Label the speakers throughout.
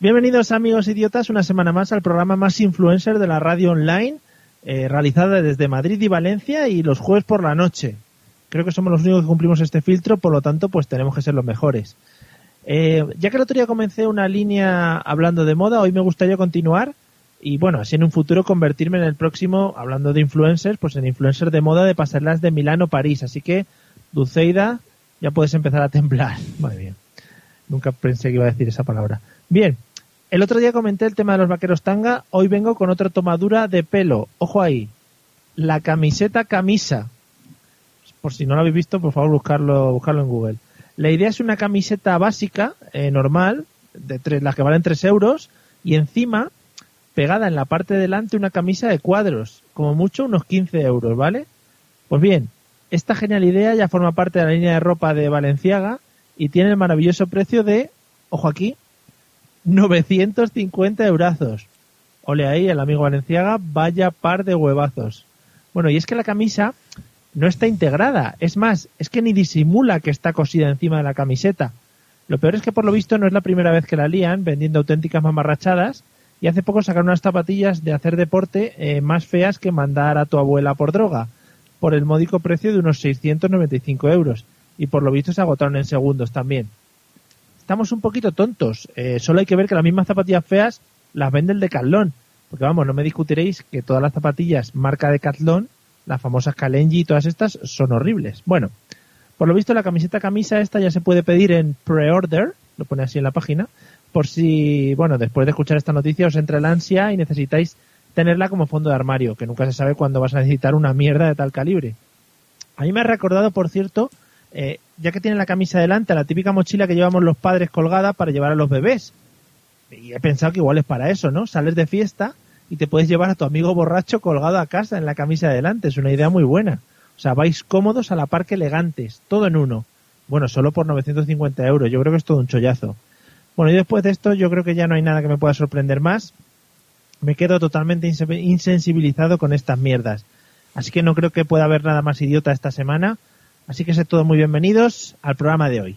Speaker 1: Bienvenidos amigos idiotas una semana más al programa más influencer de la radio online, eh, realizada desde Madrid y Valencia y los jueves por la noche. Creo que somos los únicos que cumplimos este filtro, por lo tanto pues tenemos que ser los mejores. Eh, ya que el otro día comencé una línea hablando de moda, hoy me gustaría continuar y bueno, así en un futuro convertirme en el próximo, hablando de influencers, pues en influencer de moda de pasarelas de Milán o París. Así que, Dulceida, ya puedes empezar a temblar. Madre mía. Nunca pensé que iba a decir esa palabra. Bien, el otro día comenté el tema de los vaqueros tanga, hoy vengo con otra tomadura de pelo. Ojo ahí, la camiseta camisa. Por si no lo habéis visto, por favor buscarlo, buscarlo en Google. La idea es una camiseta básica, eh, normal, de tres, las que valen 3 euros, y encima pegada en la parte de delante una camisa de cuadros, como mucho unos 15 euros, ¿vale? Pues bien, esta genial idea ya forma parte de la línea de ropa de Valenciaga y tiene el maravilloso precio de, ojo aquí, 950 eurazos. Ole ahí, el amigo Valenciaga, vaya par de huevazos. Bueno, y es que la camisa no está integrada, es más, es que ni disimula que está cosida encima de la camiseta. Lo peor es que por lo visto no es la primera vez que la lían vendiendo auténticas mamarrachadas y hace poco sacaron unas zapatillas de hacer deporte eh, más feas que mandar a tu abuela por droga, por el módico precio de unos 695 euros, y por lo visto se agotaron en segundos también. Estamos un poquito tontos, eh, solo hay que ver que las mismas zapatillas feas las vende el Decathlon, porque vamos, no me discutiréis que todas las zapatillas marca Decathlon, las famosas Kalenji y todas estas, son horribles. Bueno, por lo visto la camiseta camisa esta ya se puede pedir en pre-order, lo pone así en la página, por si, bueno, después de escuchar esta noticia os entra el ansia y necesitáis tenerla como fondo de armario, que nunca se sabe cuándo vas a necesitar una mierda de tal calibre. A mí me ha recordado, por cierto, eh, ya que tiene la camisa delante, la típica mochila que llevamos los padres colgada para llevar a los bebés. Y he pensado que igual es para eso, ¿no? Sales de fiesta y te puedes llevar a tu amigo borracho colgado a casa en la camisa delante. Es una idea muy buena. O sea, vais cómodos a la par que elegantes, todo en uno. Bueno, solo por 950 euros. Yo creo que es todo un chollazo. Bueno, y después de esto yo creo que ya no hay nada que me pueda sorprender más. Me quedo totalmente insensibilizado con estas mierdas. Así que no creo que pueda haber nada más idiota esta semana. Así que sed todos muy bienvenidos al programa de hoy.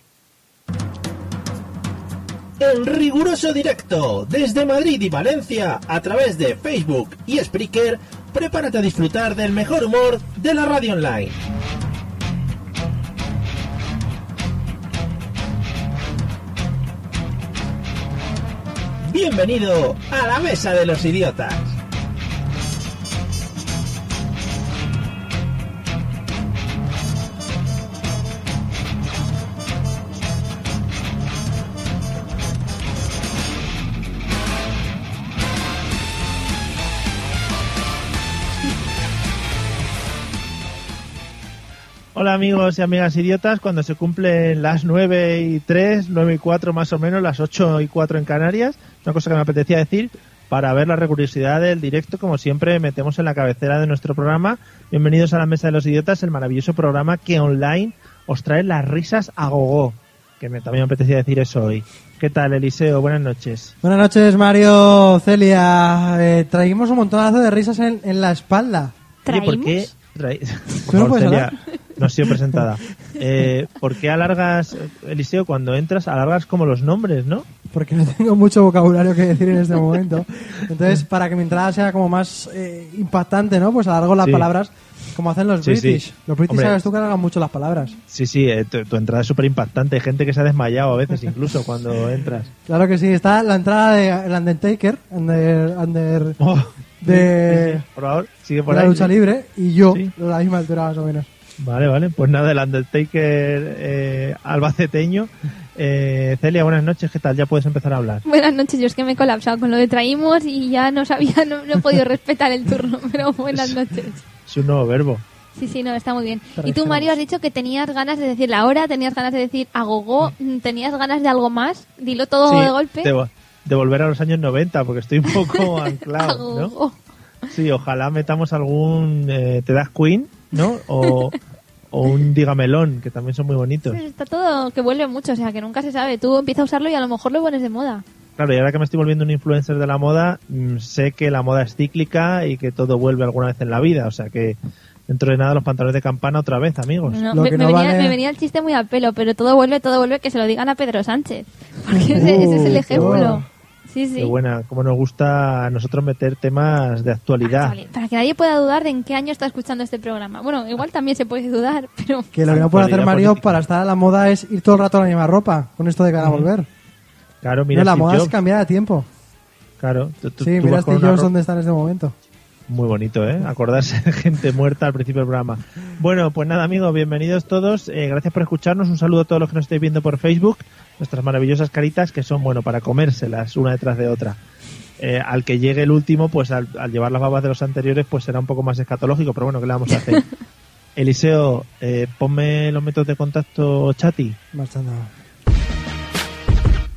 Speaker 2: En riguroso directo, desde Madrid y Valencia, a través de Facebook y Spreaker, prepárate a disfrutar del mejor humor de la radio online. Bienvenido a la Mesa de los Idiotas.
Speaker 1: Hola amigos y amigas idiotas, cuando se cumplen las 9 y 3, 9 y 4 más o menos, las 8 y 4 en Canarias, una cosa que me apetecía decir para ver la recursividad del directo, como siempre metemos en la cabecera de nuestro programa. Bienvenidos a la Mesa de los Idiotas, el maravilloso programa que online os trae las risas a gogo, que me, también me apetecía decir eso hoy. ¿Qué tal Eliseo? Buenas noches.
Speaker 3: Buenas noches, Mario, Celia. Eh, traímos un montonazo de risas en, en la espalda.
Speaker 1: Oye, ¿por
Speaker 4: ¿Traímos?
Speaker 1: qué traes?
Speaker 3: ¿Tú no puedes
Speaker 1: Celia,
Speaker 3: hablar?
Speaker 1: no has sido presentada. Eh, ¿Por qué alargas, Eliseo, cuando entras, alargas como los nombres, no?
Speaker 3: Porque no tengo mucho vocabulario que decir en este momento. Entonces, para que mi entrada sea como más eh, impactante, ¿no? Pues alargo las
Speaker 1: Sí.
Speaker 3: palabras como hacen los
Speaker 1: Sí, sí.
Speaker 3: British. Los British
Speaker 1: Hombre.
Speaker 3: sabes tú que alargan mucho las palabras.
Speaker 1: Sí, sí, eh, tu, tu entrada es súper impactante. Hay gente que se ha desmayado a veces incluso cuando entras.
Speaker 3: Claro que sí, está la entrada de el Undertaker, Under, Under-
Speaker 1: Oh,
Speaker 3: de,
Speaker 1: por favor, sigue por
Speaker 3: de la
Speaker 1: ahí. ¿eh?
Speaker 3: lucha libre y yo,
Speaker 1: Sí.
Speaker 3: a la misma altura más o menos.
Speaker 1: Vale, vale. Pues nada, el Undertaker eh, albaceteño. Eh, Celia, buenas noches. ¿Qué tal? Ya puedes empezar a hablar.
Speaker 4: Buenas noches, yo es que me he colapsado con lo de traímos y ya no sabía, no, no he podido respetar el turno, pero buenas noches.
Speaker 1: Es un nuevo verbo.
Speaker 4: Sí, sí, no, está muy bien.
Speaker 3: Te
Speaker 4: Y tú,
Speaker 3: registramos.
Speaker 4: Mario, has dicho que tenías ganas de decir la hora, tenías ganas de decir agogó, mm, tenías ganas de algo más, dilo todo
Speaker 1: Sí,
Speaker 4: de golpe.
Speaker 1: Te, vo- de volver a los años 90, porque estoy un poco anclado, ¿no?
Speaker 4: Agogo.
Speaker 1: Sí, ojalá metamos algún eh, Te das Queen, ¿no? O, o un Digamelón, que también son muy bonitos.
Speaker 4: Pero Pues Está todo que vuelve mucho, o sea, que nunca se sabe. Tú empiezas a usarlo y a lo mejor lo pones de moda.
Speaker 1: Claro, y ahora que me estoy volviendo un influencer de la moda, mm, sé que la moda es cíclica y que todo vuelve alguna vez en la vida. O sea que dentro de nada los pantalones de campana otra vez, amigos.
Speaker 3: Pues
Speaker 4: No,
Speaker 3: lo
Speaker 4: me,
Speaker 3: que
Speaker 4: me
Speaker 3: no
Speaker 4: venía,
Speaker 3: vale-
Speaker 4: me venía el chiste muy a pelo, pero todo vuelve, todo vuelve, que se lo digan a Pedro Sánchez. Porque ese, ese es el
Speaker 3: qué
Speaker 4: ejemplo.
Speaker 3: bueno.
Speaker 4: Sí, sí.
Speaker 1: Qué buena, cómo nos gusta a nosotros meter temas de actualidad.
Speaker 4: Actuali- Para que nadie pueda dudar de en qué año está escuchando este programa. Bueno, igual también se puede dudar, pero
Speaker 3: Que lo que no puede hacer
Speaker 1: Actualidad
Speaker 3: Mario
Speaker 1: política.
Speaker 3: para estar a la moda es ir todo el rato a la misma ropa, con esto de que van a volver.
Speaker 1: Claro, mira
Speaker 3: no, la
Speaker 1: Steve
Speaker 3: moda es
Speaker 1: Jobs.
Speaker 3: cambiar a tiempo.
Speaker 1: Claro, tú, tú-
Speaker 3: sí,
Speaker 1: tú
Speaker 3: mira
Speaker 1: vas con
Speaker 3: Steve
Speaker 1: una
Speaker 3: Jobs
Speaker 1: ropa-
Speaker 3: dónde está en este momento.
Speaker 1: Muy bonito, ¿eh? Acordarse de gente muerta al principio del programa. Bueno, pues nada, amigos, bienvenidos todos. Eh, gracias por escucharnos. Un saludo a todos los que nos estáis viendo por Facebook. Nuestras maravillosas caritas que son, bueno, para comérselas una detrás de otra. Eh, al que llegue el último, pues al, al llevar las babas de los anteriores, pues será un poco más escatológico, pero bueno, ¿qué le vamos a hacer? Eliseo, eh, ponme los métodos de contacto chati.
Speaker 3: Marchando.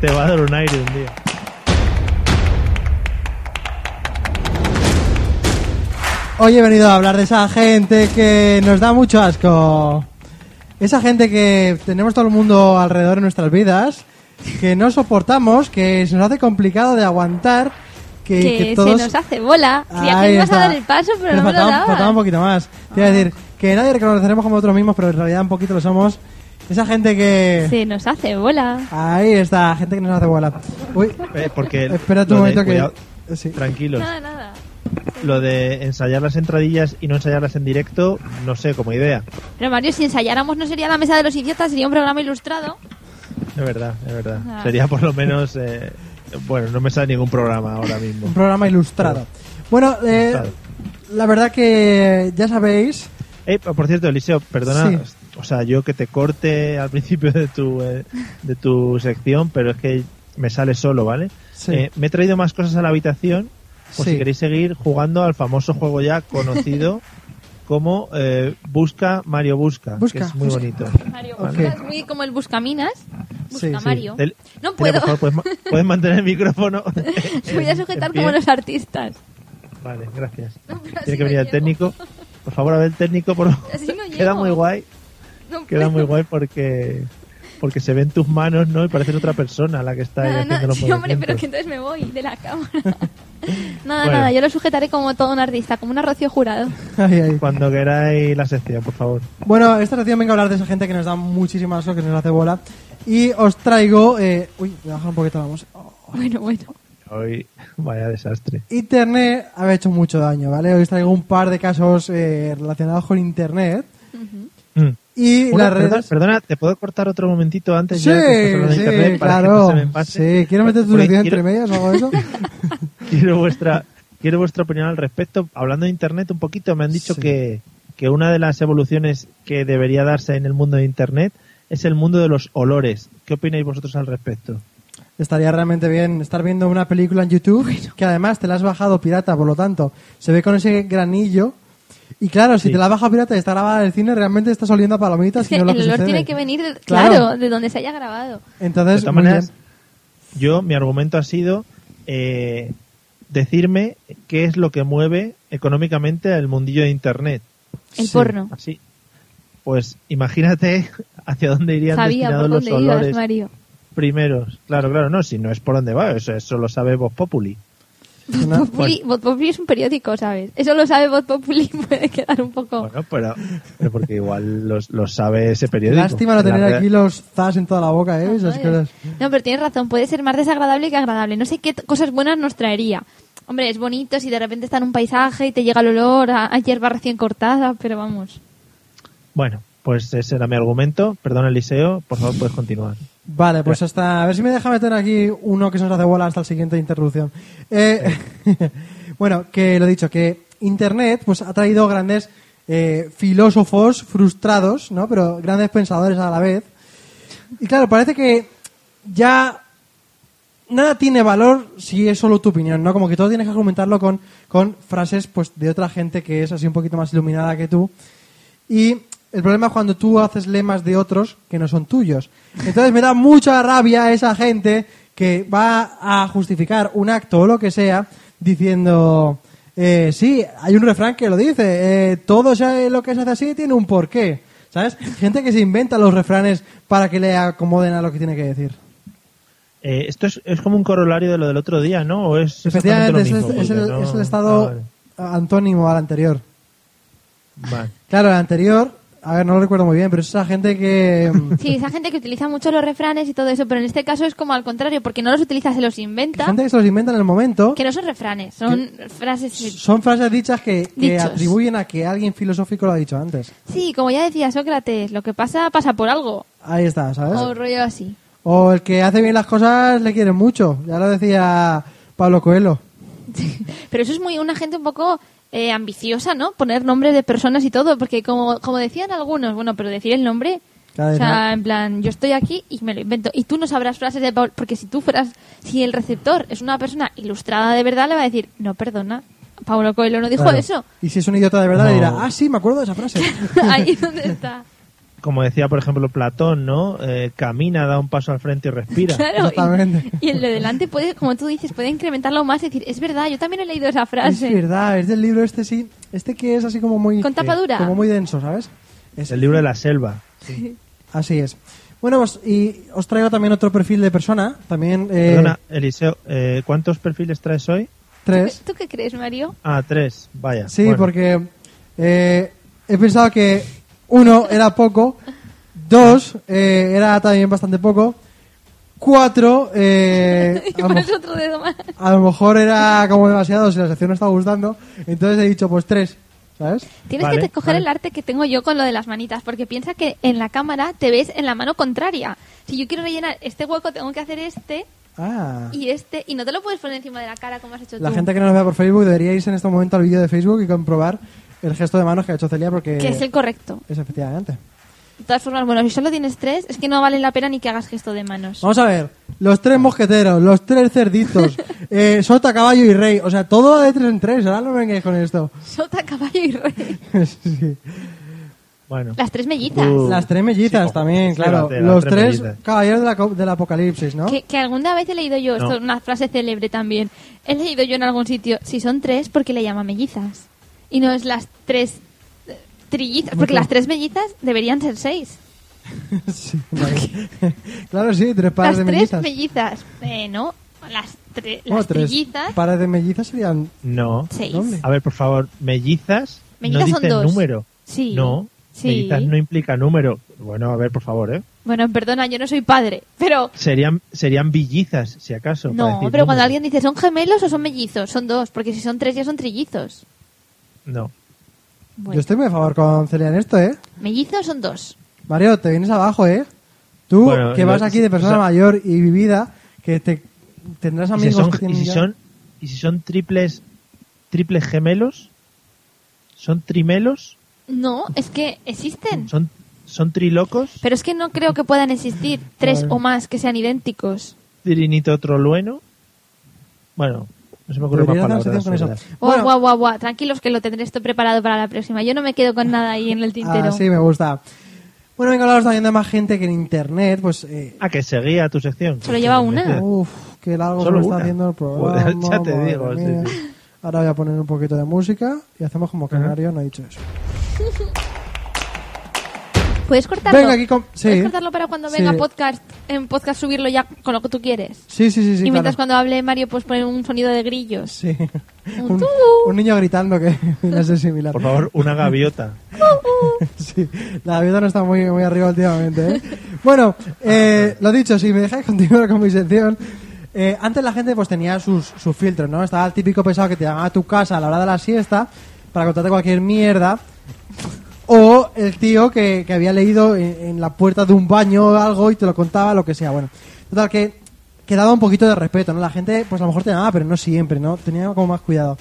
Speaker 1: Te va a dar un aire un día.
Speaker 3: Hoy he venido a hablar de esa gente que nos da mucho asco. Esa gente que tenemos todo el mundo alrededor de nuestras vidas, que no soportamos, que se nos hace complicado de aguantar, que,
Speaker 4: que,
Speaker 3: que todos...
Speaker 4: se nos hace bola. Si aquí
Speaker 3: Ahí
Speaker 4: ibas a
Speaker 3: está.
Speaker 4: dar el paso, pero
Speaker 3: Pero
Speaker 4: no me lo
Speaker 3: faltaba,
Speaker 4: dabas. Ah.
Speaker 3: faltaba un poquito más. Te iba a decir que nadie reconoceremos como nosotros mismos, pero en realidad un poquito lo somos. Esa gente que...
Speaker 4: Se nos hace bola.
Speaker 3: Ahí está, gente que nos hace bola. Uy,
Speaker 1: Eh, porque
Speaker 3: espera un
Speaker 1: lo de-
Speaker 3: momento que...
Speaker 1: cuidado,
Speaker 3: sí.
Speaker 1: Tranquilos.
Speaker 4: Nada, nada.
Speaker 1: Lo de ensayar las entradillas y no ensayarlas en directo, no sé, como idea.
Speaker 4: Pero Mario, si ensayáramos no sería la mesa de los idiotas, sería un programa ilustrado.
Speaker 1: Es verdad, es verdad.
Speaker 4: Ah.
Speaker 1: Sería por lo menos. eh, bueno, no me sale ningún programa ahora mismo.
Speaker 3: Un programa ilustrado. Bueno, eh,
Speaker 1: Ilustrado.
Speaker 3: la verdad que ya sabéis...
Speaker 1: Eh, por cierto, Eliseo, perdona.
Speaker 3: Sí.
Speaker 1: O sea, yo que te corte al principio de tu, eh, de tu sección, pero es que me sale solo, ¿vale?
Speaker 3: Sí.
Speaker 1: Eh, me he traído más cosas a la habitación. Por
Speaker 3: Sí.
Speaker 1: si queréis seguir jugando al famoso juego ya conocido como eh, Busca Mario Busca,
Speaker 3: Busca,
Speaker 1: que es muy
Speaker 3: busca.
Speaker 1: bonito.
Speaker 4: Mario,
Speaker 3: Ok.
Speaker 4: buscas muy como el buscaminas. Busca
Speaker 3: Sí, sí.
Speaker 4: Mario.
Speaker 1: Del-
Speaker 4: No
Speaker 1: Mira,
Speaker 4: puedo.
Speaker 1: por favor, ¿puedes, ma- puedes mantener el micrófono.
Speaker 4: Lo voy a
Speaker 1: en-
Speaker 4: sujetar
Speaker 1: en pie?
Speaker 4: como los artistas.
Speaker 1: Vale, gracias.
Speaker 4: No, pero así
Speaker 1: Tiene que
Speaker 4: no
Speaker 1: venir el
Speaker 4: llego.
Speaker 1: técnico. Por favor, a ver el técnico. Por... favor.
Speaker 4: Así no
Speaker 1: Queda
Speaker 4: llego.
Speaker 1: muy guay.
Speaker 4: No
Speaker 1: Queda
Speaker 4: puedo.
Speaker 1: muy guay porque porque se ven tus manos, ¿no? Y parece otra persona la que está ahí
Speaker 4: Nada,
Speaker 1: haciendo
Speaker 4: nada.
Speaker 1: los
Speaker 4: Sí, hombre, pero
Speaker 1: movimientos.
Speaker 4: que entonces me voy de la cámara. nada,
Speaker 1: Bueno.
Speaker 4: nada, yo lo sujetaré como todo un artista, como una Rocío Jurado.
Speaker 3: Ahí, ahí.
Speaker 1: Cuando queráis la sección, por favor.
Speaker 3: Bueno, esta sección vengo a hablar de esa gente que nos da muchísimas asco, que nos hace bola. Y os traigo... eh, uy, voy a bajar un poquito la música.
Speaker 4: Bueno, bueno.
Speaker 1: Hoy, vaya desastre.
Speaker 3: Internet ha hecho mucho daño, ¿vale? Hoy os traigo un par de casos eh, relacionados con Internet.
Speaker 1: Mm.
Speaker 3: Y
Speaker 1: Una-
Speaker 3: las redes...
Speaker 1: perdona, perdona, ¿te puedo cortar otro momentito antes?
Speaker 3: Sí,
Speaker 1: ya que estás hablando de
Speaker 3: sí,
Speaker 1: internet para que no
Speaker 3: claro.
Speaker 1: se me pase?
Speaker 3: Sí, ¿quieres meter tu
Speaker 1: Porque
Speaker 3: lección
Speaker 1: quiero-
Speaker 3: entre medias o algo de eso?
Speaker 1: quiero vuestra quiero vuestra opinión al respecto hablando de internet un poquito me han dicho
Speaker 3: Sí.
Speaker 1: que, que una de las evoluciones que debería darse en el mundo de internet es el mundo de los olores qué opináis vosotros al respecto
Speaker 3: Estaría realmente bien estar viendo una película en YouTube que además te la has bajado pirata, por lo tanto, se ve con ese granillo. Y claro, si
Speaker 1: Sí.
Speaker 3: te la has bajado pirata y está grabada en el cine, realmente estás oliendo a palomitas.
Speaker 4: Es que
Speaker 3: y no
Speaker 4: el
Speaker 3: lo que
Speaker 4: olor
Speaker 3: sucede.
Speaker 4: tiene que venir, de-
Speaker 3: Claro.
Speaker 4: claro. de donde se haya grabado.
Speaker 1: de
Speaker 3: Entonces,
Speaker 1: todas
Speaker 3: Pues, muy
Speaker 1: maneras
Speaker 3: bien.
Speaker 1: yo mi argumento ha sido eh, decirme qué es lo que mueve económicamente al mundillo de internet
Speaker 4: El
Speaker 3: Sí.
Speaker 4: porno.
Speaker 1: así pues imagínate hacia dónde irían
Speaker 4: Sabía
Speaker 1: destinados
Speaker 4: por
Speaker 1: los
Speaker 4: dónde ibas,
Speaker 1: olores
Speaker 4: Mario.
Speaker 1: primeros claro claro no si no es por dónde va eso, eso lo sabe Vox Populi
Speaker 3: Una-
Speaker 4: Populi, Voz Populi es un periódico, ¿sabes? Eso lo sabe Voz Populi, puede quedar un poco...
Speaker 1: Bueno, pero, pero porque igual los, los sabe ese periódico.
Speaker 3: Lástima no
Speaker 1: La
Speaker 3: tener
Speaker 1: rea-
Speaker 3: aquí los zas en toda la boca, ¿eh? Esas
Speaker 4: Joder.
Speaker 3: cosas.
Speaker 4: No, pero tienes razón, puede ser más desagradable que agradable. No sé qué t- cosas buenas nos traería. Hombre, es bonito si de repente está en un paisaje y te llega el olor a, a hierba recién cortada, pero vamos.
Speaker 1: Bueno, Pues ese era mi argumento. Perdón, Eliseo, por favor, puedes continuar.
Speaker 3: Vale, pues hasta. A ver si me deja meter aquí uno que se nos hace bola hasta la siguiente interrupción. Eh, bueno, que lo dicho, que Internet pues ha traído grandes eh, filósofos frustrados, ¿no? Pero grandes pensadores a la vez. Y claro, parece que ya nada tiene valor si es solo tu opinión, ¿no? Como que todo tienes que argumentarlo con, con frases pues de otra gente que es así un poquito más iluminada que tú. Y el problema es cuando tú haces lemas de otros que no son tuyos. Entonces me da mucha rabia esa gente que va a justificar un acto o lo que sea diciendo, eh, sí, hay un refrán que lo dice, eh, todo se- lo que se hace así tiene un porqué. ¿Sabes? Gente que se inventa los refranes para que le acomoden a lo que tiene que decir.
Speaker 1: Eh, esto es, es como un corolario de lo del otro día, ¿no? ¿O es exactamente
Speaker 3: Efectivamente,
Speaker 1: lo
Speaker 3: es,
Speaker 1: mismo?
Speaker 3: es el,
Speaker 1: Porque no-
Speaker 3: es el estado
Speaker 1: Ah, vale.
Speaker 3: antónimo al anterior.
Speaker 1: Vale.
Speaker 3: Claro, el anterior, a ver, no lo recuerdo muy bien, pero es esa gente que... mm,
Speaker 4: Sí, esa gente que utiliza mucho los refranes y todo eso, pero en este caso es como al contrario, porque no los utiliza, se los inventa.
Speaker 3: gente que se los inventa en el momento.
Speaker 4: Que no son refranes, son frases.
Speaker 3: Son frases dichas que, que
Speaker 4: Dichos.
Speaker 3: atribuyen a que alguien filosófico lo ha dicho antes.
Speaker 4: Sí, como ya decía Sócrates, lo que pasa, pasa por algo.
Speaker 3: Ahí está, ¿sabes?
Speaker 4: O rollo así.
Speaker 3: O el que hace bien las cosas le quieren mucho. Ya lo decía Pablo Coelho.
Speaker 4: Pero eso es muy una gente un poco eh, ambiciosa, ¿no? Poner nombres de personas y todo, porque como, como decían algunos, bueno, pero decir el nombre.
Speaker 3: Claro,
Speaker 4: o sea,
Speaker 3: ¿no?
Speaker 4: en plan, yo estoy aquí y me lo invento. Y tú no sabrás frases de Paul, porque si tú fueras, si el receptor es una persona ilustrada de verdad, le va a decir, no, perdona, Paulo Coelho no dijo
Speaker 3: Claro.
Speaker 4: eso.
Speaker 3: Y si es un idiota de verdad, le dirá,
Speaker 1: No.
Speaker 3: ah, sí, me acuerdo de esa frase.
Speaker 4: Ahí donde está.
Speaker 1: Como decía, por ejemplo, Platón, ¿no? Eh, camina, da un paso al frente y respira.
Speaker 4: Claro,
Speaker 3: Exactamente.
Speaker 4: y, y el de delante puede, como tú dices, puede incrementarlo más y decir, es verdad, yo también he leído esa
Speaker 3: es
Speaker 4: frase.
Speaker 3: verdad, es del libro este, sí. Este que es así como muy...
Speaker 4: Con tapa
Speaker 3: sí,
Speaker 4: dura.
Speaker 3: Como muy denso, ¿sabes?
Speaker 1: Es
Speaker 3: Es,
Speaker 1: el libro de la selva.
Speaker 3: así es. Bueno, pues, y os traigo también otro perfil de persona. También eh,
Speaker 1: Perdona, Eliseo, eh, ¿cuántos perfiles traes hoy?
Speaker 3: tres.
Speaker 4: ¿Tú qué crees, Mario?
Speaker 1: Ah, tres, vaya.
Speaker 3: Sí,
Speaker 1: bueno.
Speaker 3: porque eh, he pensado que uno era poco, dos eh, era también bastante poco, cuatro eh,
Speaker 4: Y
Speaker 3: a, lo,
Speaker 4: pones otro dedo más.
Speaker 3: a lo mejor era como demasiado, si la sección no estaba gustando, entonces he dicho pues tres, ¿sabes?
Speaker 4: Tienes
Speaker 1: Vale,
Speaker 4: que te- coger
Speaker 1: vale.
Speaker 4: el arte que tengo yo con lo de las manitas, porque piensa que en la cámara te ves en la mano contraria. Si yo quiero rellenar este hueco, tengo que hacer este
Speaker 3: Ah.
Speaker 4: y este, y no te lo puedes poner encima de la cara como has hecho
Speaker 3: La
Speaker 4: tú.
Speaker 3: gente que no nos vea por Facebook debería irse en este momento al vídeo de Facebook y comprobar el gesto de manos que ha hecho Celia porque
Speaker 4: Que es el correcto.
Speaker 3: es efectivamente.
Speaker 4: De todas formas, bueno, si solo tienes tres, es que no vale la pena ni que hagas gesto de manos.
Speaker 3: Vamos a ver, los tres mosqueteros, los tres cerditos, eh, Sota, Caballo y Rey, o sea, todo va de tres en tres, ahora no me vengáis con esto.
Speaker 4: Sota, caballo y rey.
Speaker 3: Sí.
Speaker 1: Bueno,
Speaker 4: Las tres mellitas.
Speaker 1: Uh,
Speaker 3: Las tres mellizas
Speaker 1: sí,
Speaker 3: también,
Speaker 1: sí, las
Speaker 3: claro.
Speaker 1: de las
Speaker 3: Los
Speaker 1: tres
Speaker 3: tres
Speaker 1: mellizas.
Speaker 3: caballeros de la co- del apocalipsis, ¿no?
Speaker 4: Que, que alguna vez he leído yo, esto
Speaker 1: No.
Speaker 4: es una frase célebre también, he leído yo en algún sitio, si son tres, ¿por qué le llama mellizas? Y no es las tres eh, trillizas, porque las tres mellizas deberían ser seis.
Speaker 3: Sí, vale. claro, sí, tres
Speaker 4: Las
Speaker 3: pares de
Speaker 4: tres
Speaker 3: mellizas.
Speaker 4: mellizas. Eh, no, las, tre-
Speaker 3: Bueno,
Speaker 4: las
Speaker 3: tres
Speaker 4: trillizas,
Speaker 3: pares de mellizas serían...
Speaker 1: no.
Speaker 4: seis.
Speaker 3: doble.
Speaker 1: A ver, por favor, mellizas,
Speaker 4: Mellizas
Speaker 1: no
Speaker 4: son
Speaker 1: dicen
Speaker 4: dos.
Speaker 1: número.
Speaker 4: Sí.
Speaker 1: No,
Speaker 4: Sí.
Speaker 1: mellizas no implica número. Bueno, a ver, por favor, ¿eh?
Speaker 4: Bueno, perdona, yo no soy padre, pero...
Speaker 1: Serían, serían villizas, si acaso. para
Speaker 4: No,
Speaker 1: decir
Speaker 4: pero
Speaker 1: número.
Speaker 4: cuando alguien dice, ¿son gemelos o son mellizos? Son dos, porque si son tres ya son trillizos.
Speaker 1: No.
Speaker 3: Yo
Speaker 4: Bueno,
Speaker 3: estoy muy a favor con Celia en esto, ¿eh?
Speaker 4: mellizos son dos.
Speaker 3: Mario, te vienes abajo, ¿eh? Tú,
Speaker 1: Bueno,
Speaker 3: que
Speaker 1: yo-
Speaker 3: vas aquí de
Speaker 1: o
Speaker 3: persona
Speaker 1: sea-
Speaker 3: mayor y vivida, que te tendrás
Speaker 1: ¿Y si,
Speaker 3: amigos
Speaker 1: son,
Speaker 3: que
Speaker 1: y,
Speaker 3: tienen
Speaker 1: si
Speaker 3: ya-
Speaker 1: son, y si son triples, triples gemelos, son trimelos,
Speaker 4: No, es que existen.
Speaker 1: son, son trilocos,
Speaker 4: Pero es que no creo que puedan existir tres
Speaker 3: Vale.
Speaker 4: o más que sean idénticos.
Speaker 1: trinito trolueno. Bueno, no se me ocurre más
Speaker 3: Debería hacer una
Speaker 1: palabras.
Speaker 3: sección con eso.
Speaker 1: la verdad.
Speaker 4: Guau,
Speaker 3: Bueno,
Speaker 4: Oh, guau, guau, guau. Tranquilos que lo tendré esto preparado para la próxima. Yo no me quedo con nada ahí en el tintero.
Speaker 3: Ah, sí, me gusta. Bueno, venga, hablaros también de más gente que en internet, pues... eh,
Speaker 1: Ah, que seguía tu sección. Pues,
Speaker 4: Solo lleva una.
Speaker 3: Uf, qué largo se
Speaker 1: Solo
Speaker 3: lo está
Speaker 1: una.
Speaker 3: haciendo el programa.
Speaker 1: Joder, ya te
Speaker 3: madre
Speaker 1: digo, sí,
Speaker 3: mía.
Speaker 1: sí.
Speaker 3: Ahora voy a poner un poquito de música y hacemos como que Mario no ha dicho eso.
Speaker 4: ¿Puedes cortarlo?
Speaker 3: Venga, aquí con- sí.
Speaker 4: ¿Puedes cortarlo para cuando
Speaker 3: Sí.
Speaker 4: venga podcast, en podcast subirlo ya con lo que tú quieres?
Speaker 3: Sí, sí, sí, sí.
Speaker 4: y mientras
Speaker 3: claro.
Speaker 4: cuando hable Mario, pues poner un sonido de grillos.
Speaker 3: Sí.
Speaker 4: Un
Speaker 3: Un,
Speaker 4: tú.
Speaker 3: un niño gritando que no sé similar.
Speaker 1: Por favor, una gaviota.
Speaker 3: Sí, la vida no está muy, muy arriba últimamente. ¿eh? Bueno, eh, lo dicho, si me dejáis continuar con mi sección. eh, antes la gente pues tenía sus, sus filtros, ¿no? Estaba el típico pesado que te llamaba a tu casa a la hora de la siesta para contarte cualquier mierda. O el tío que, que había leído en, en la puerta de un baño o algo y te lo contaba, lo que sea. Bueno, total que quedaba un poquito de respeto, ¿no? La gente, pues a lo mejor te llamaba, pero no siempre, ¿no? Tenía como más cuidado.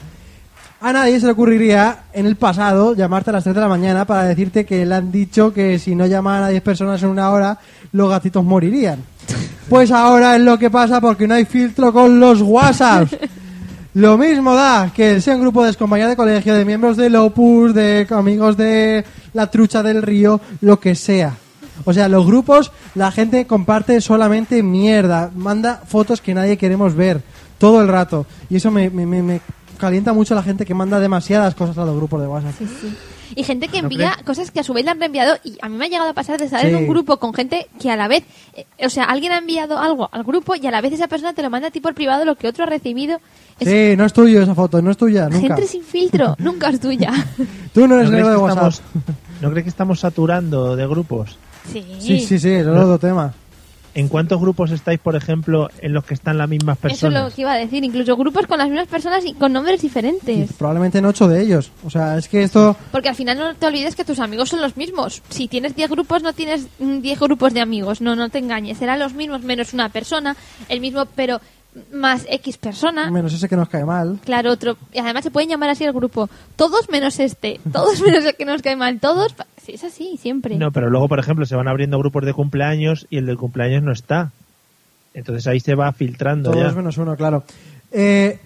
Speaker 3: A nadie se le ocurriría en el pasado llamarte a las 3 de la mañana para decirte que le han dicho que si no llamaban a 10 personas en una hora, los gatitos morirían. Pues ahora es lo que pasa porque no hay filtro con los WhatsApps. Lo mismo da que sea un grupo de compañía de colegio, de miembros del Opus, de amigos de la trucha del río, lo que sea. O sea, los grupos, la gente comparte solamente mierda, manda fotos que nadie queremos ver todo el rato. Y eso me, me- me- me calienta mucho la gente que manda demasiadas cosas a los grupos de WhatsApp.
Speaker 4: Y gente
Speaker 3: Ah,
Speaker 4: que envía cosas que a su vez le han reenviado y a mí me ha llegado a pasar de estar en
Speaker 3: Sí.
Speaker 4: un grupo con gente que a la vez, eh, o sea, alguien ha enviado algo al grupo y a la vez esa persona te lo manda a ti por privado lo que otro ha recibido. Es
Speaker 3: Sí, no es tuyo esa foto, no es tuya, nunca.
Speaker 4: gente sin filtro, nunca es tuya.
Speaker 3: Tú no
Speaker 1: ¿No
Speaker 3: eres
Speaker 1: crees
Speaker 3: negro
Speaker 1: que
Speaker 3: de WhatsApp.
Speaker 1: estamos, ¿No crees que estamos saturando de grupos?
Speaker 4: Sí.
Speaker 3: Sí, sí, sí, eso es otro tema.
Speaker 1: ¿En cuántos grupos estáis, por ejemplo, en los que están las mismas
Speaker 4: Eso es
Speaker 1: personas?
Speaker 4: lo que iba a decir, incluso grupos con las mismas personas y con nombres diferentes.
Speaker 3: Y probablemente en ocho de ellos. O sea, es que esto...
Speaker 4: Porque al final no te olvides que tus amigos son los mismos. Si tienes 10 grupos, no tienes mm, 10 grupos de amigos. No, no te engañes. Serán los mismos menos una persona, el mismo pero más X persona.
Speaker 3: Menos ese que nos cae mal.
Speaker 4: Claro, otro. Y además se pueden llamar así al grupo. Todos menos este. Todos menos el que nos cae mal. Todos. pa- Sí, es así, siempre.
Speaker 1: No, pero luego, por ejemplo, se van abriendo grupos de cumpleaños y el del cumpleaños no está. Entonces ahí se va filtrando
Speaker 3: Todos
Speaker 1: ya.
Speaker 3: menos uno, claro. Eh,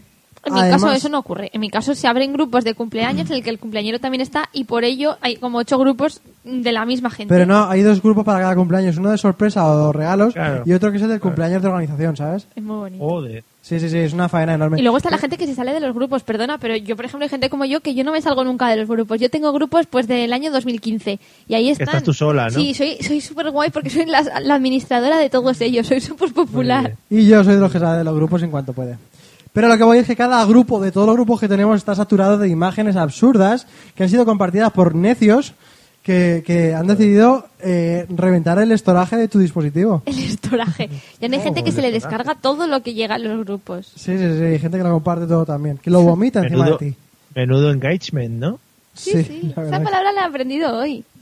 Speaker 4: en mi caso
Speaker 3: además-
Speaker 4: eso no ocurre. En mi caso se abren grupos de cumpleaños en el que el cumpleañero también está y por ello hay como ocho grupos de la misma gente.
Speaker 3: Pero no, hay dos grupos para cada cumpleaños. Uno de sorpresa o regalos
Speaker 1: Claro.
Speaker 3: y otro que es el del cumpleaños de organización, ¿sabes?
Speaker 4: Es muy bonito.
Speaker 3: Oh,
Speaker 1: Joder.
Speaker 3: Sí, sí, sí, es una faena enorme.
Speaker 4: Y luego está la gente que se sale de los grupos, perdona, pero yo, por ejemplo, hay gente como yo que yo no me salgo nunca de los grupos. Yo tengo grupos pues del año 2015 y ahí
Speaker 1: Que
Speaker 4: están.
Speaker 1: estás tú sola, ¿no?
Speaker 4: Sí, soy soy súper guay porque soy la, la administradora de todos ellos, soy súper popular.
Speaker 3: Y yo soy de los que sale de los grupos en cuanto puede. Pero lo que voy es que cada grupo, de todos los grupos que tenemos, está saturado de imágenes absurdas que han sido compartidas por necios que, que han decidido eh, reventar el estoraje de tu dispositivo.
Speaker 4: El estoraje. Y
Speaker 3: Oh,
Speaker 4: hay gente que se le descarga todo lo que llega a los grupos.
Speaker 3: Sí, sí, sí, hay gente que lo comparte todo también, que lo vomita encima de
Speaker 1: Menudo,
Speaker 3: ti.
Speaker 1: menudo engagement, ¿no?
Speaker 4: Sí, sí.
Speaker 3: la
Speaker 4: Esa
Speaker 3: verdad que-
Speaker 4: palabra la he aprendido hoy.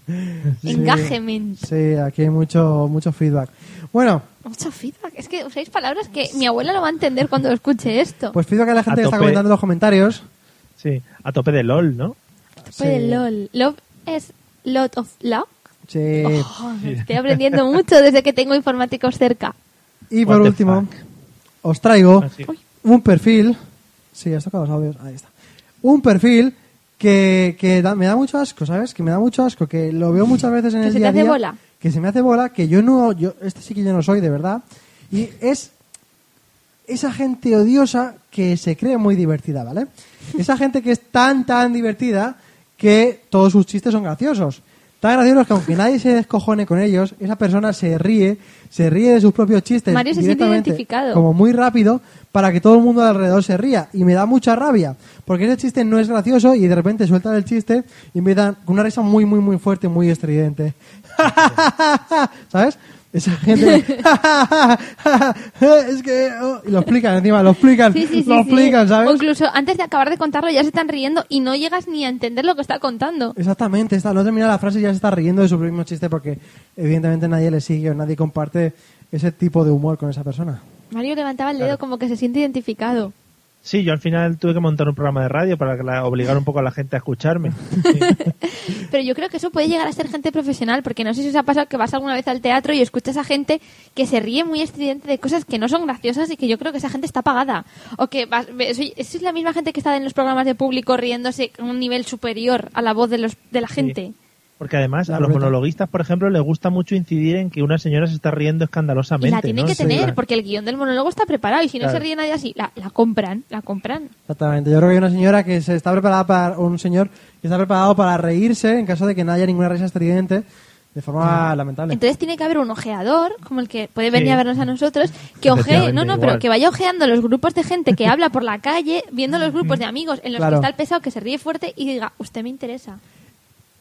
Speaker 3: Sí.
Speaker 4: Engagement.
Speaker 3: Sí, aquí hay mucho, mucho feedback. Bueno,
Speaker 4: Mucho feedback. Es que usáis palabras que mi abuela lo va a entender cuando escuche esto.
Speaker 3: pues feedback a la gente
Speaker 1: A
Speaker 3: que está
Speaker 1: tope.
Speaker 3: comentando en los comentarios.
Speaker 1: Sí, a tope de LOL, ¿no?
Speaker 4: Pues
Speaker 3: sí.
Speaker 4: lol. Love es lot of luck.
Speaker 3: Eh, Sí.
Speaker 4: Oh, Estoy aprendiendo mucho desde que tengo informáticos cerca.
Speaker 3: y por
Speaker 1: What the
Speaker 3: último,
Speaker 1: fuck. Ah,
Speaker 3: os traigo
Speaker 1: Así.
Speaker 3: un perfil. Sí, has tocado los audios. Ahí está. Un perfil que, que da- me da mucho asco, ¿sabes? Que me da mucho asco, que lo veo muchas veces en
Speaker 4: Que
Speaker 3: el
Speaker 4: se te
Speaker 3: día a
Speaker 4: hace
Speaker 3: día,
Speaker 4: bola.
Speaker 3: Que se me hace bola, que yo no. yo Este sí que yo no soy, de verdad. Y es esa gente odiosa que se cree muy divertida, ¿vale? Esa gente que es tan, tan divertida que todos sus chistes son graciosos. Tan graciosos que aunque nadie se descojone con ellos, esa persona se ríe, se ríe de sus propios chistes.
Speaker 4: Mario se siente
Speaker 3: directamente,
Speaker 4: identificado.
Speaker 3: Como muy rápido para que todo el mundo de alrededor se ría. Y me da mucha rabia, porque ese chiste no es gracioso y de repente sueltan el chiste y me dan una risa muy, muy, muy fuerte, muy estridente. ¿Sabes? Esa gente. es que. oh, y lo explican encima, lo explican.
Speaker 4: Sí, sí, sí.
Speaker 3: lo
Speaker 4: sí.
Speaker 3: explican,
Speaker 4: O
Speaker 3: ¿sabes?
Speaker 4: incluso antes de acabar de contarlo ya se están riendo y no llegas ni a entender lo que está contando.
Speaker 3: Exactamente, está, no termina la frase y ya se está riendo de su mismo chiste porque, evidentemente, nadie le sigue o nadie comparte ese tipo de humor con esa persona.
Speaker 4: Mario levantaba el dedo como que se siente identificado.
Speaker 1: Sí, yo al final tuve que montar un programa de radio para que la- obligar un poco a la gente a escucharme. Sí.
Speaker 4: Pero yo creo que eso puede llegar a ser gente profesional, porque no sé si os ha pasado que vas alguna vez al teatro y escuchas a gente que se ríe muy estridente de cosas que no son graciosas y que yo creo que esa gente está pagada. O que vas- ves- oye, esa es la misma gente que está en los programas de público riéndose a un nivel superior a la voz de, los, de la gente.
Speaker 1: Porque además
Speaker 3: La
Speaker 1: a los
Speaker 3: ruleta.
Speaker 1: monologuistas, por ejemplo, les gusta mucho incidir en que una señora se está riendo escandalosamente.
Speaker 4: Y la tienen
Speaker 1: ¿no?
Speaker 4: que
Speaker 1: Sí,
Speaker 4: tener,
Speaker 1: la-
Speaker 4: porque el guión del monólogo está preparado y si no
Speaker 1: Claro.
Speaker 4: se ríe nadie así, la, la compran, la compran.
Speaker 3: Exactamente, yo creo que hay una señora que se está preparada para. o un señor que está preparado para reírse en caso de que no haya ninguna risa estridente de forma lamentable.
Speaker 4: Entonces tiene que haber un ojeador, como el que puede venir
Speaker 1: Sí.
Speaker 4: a vernos a nosotros, que ojee,
Speaker 1: Efectivamente,
Speaker 4: no, no,
Speaker 1: igual.
Speaker 4: pero que vaya ojeando los grupos de gente que habla por la calle, viendo los grupos de amigos en los
Speaker 3: Claro.
Speaker 4: que está el pesado que se ríe fuerte y diga, usted me interesa.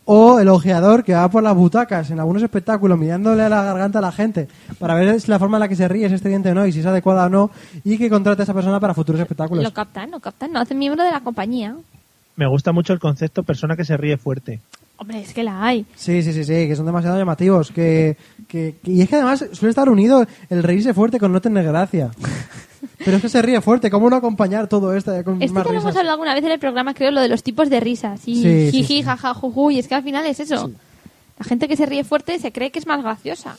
Speaker 3: O el ojeador que va por las butacas en algunos espectáculos mirándole a la garganta a la gente para ver si la forma en la que se ríe es estridente o no y si es adecuada o no y que contrate a esa persona para futuros espectáculos.
Speaker 4: Lo captan, lo captan, no hacen miembro de la compañía.
Speaker 1: Me gusta mucho el concepto persona que se ríe fuerte.
Speaker 4: Hombre, es que la hay.
Speaker 3: Sí, sí, sí, sí, que son demasiado llamativos. Que, que- que- y es que además suele estar unido el reírse fuerte con no tener gracia. Pero es que se ríe fuerte, ¿cómo no acompañar todo esto con más
Speaker 4: Esto ya lo Este hemos
Speaker 3: risas?
Speaker 4: hablado alguna vez en el programa, creo, lo de los tipos de risas.
Speaker 3: Sí,
Speaker 4: Y
Speaker 3: sí,
Speaker 4: jiji,
Speaker 3: sí.
Speaker 4: jaja, juju, y es que al final es eso. La gente que se ríe fuerte se cree que es más graciosa.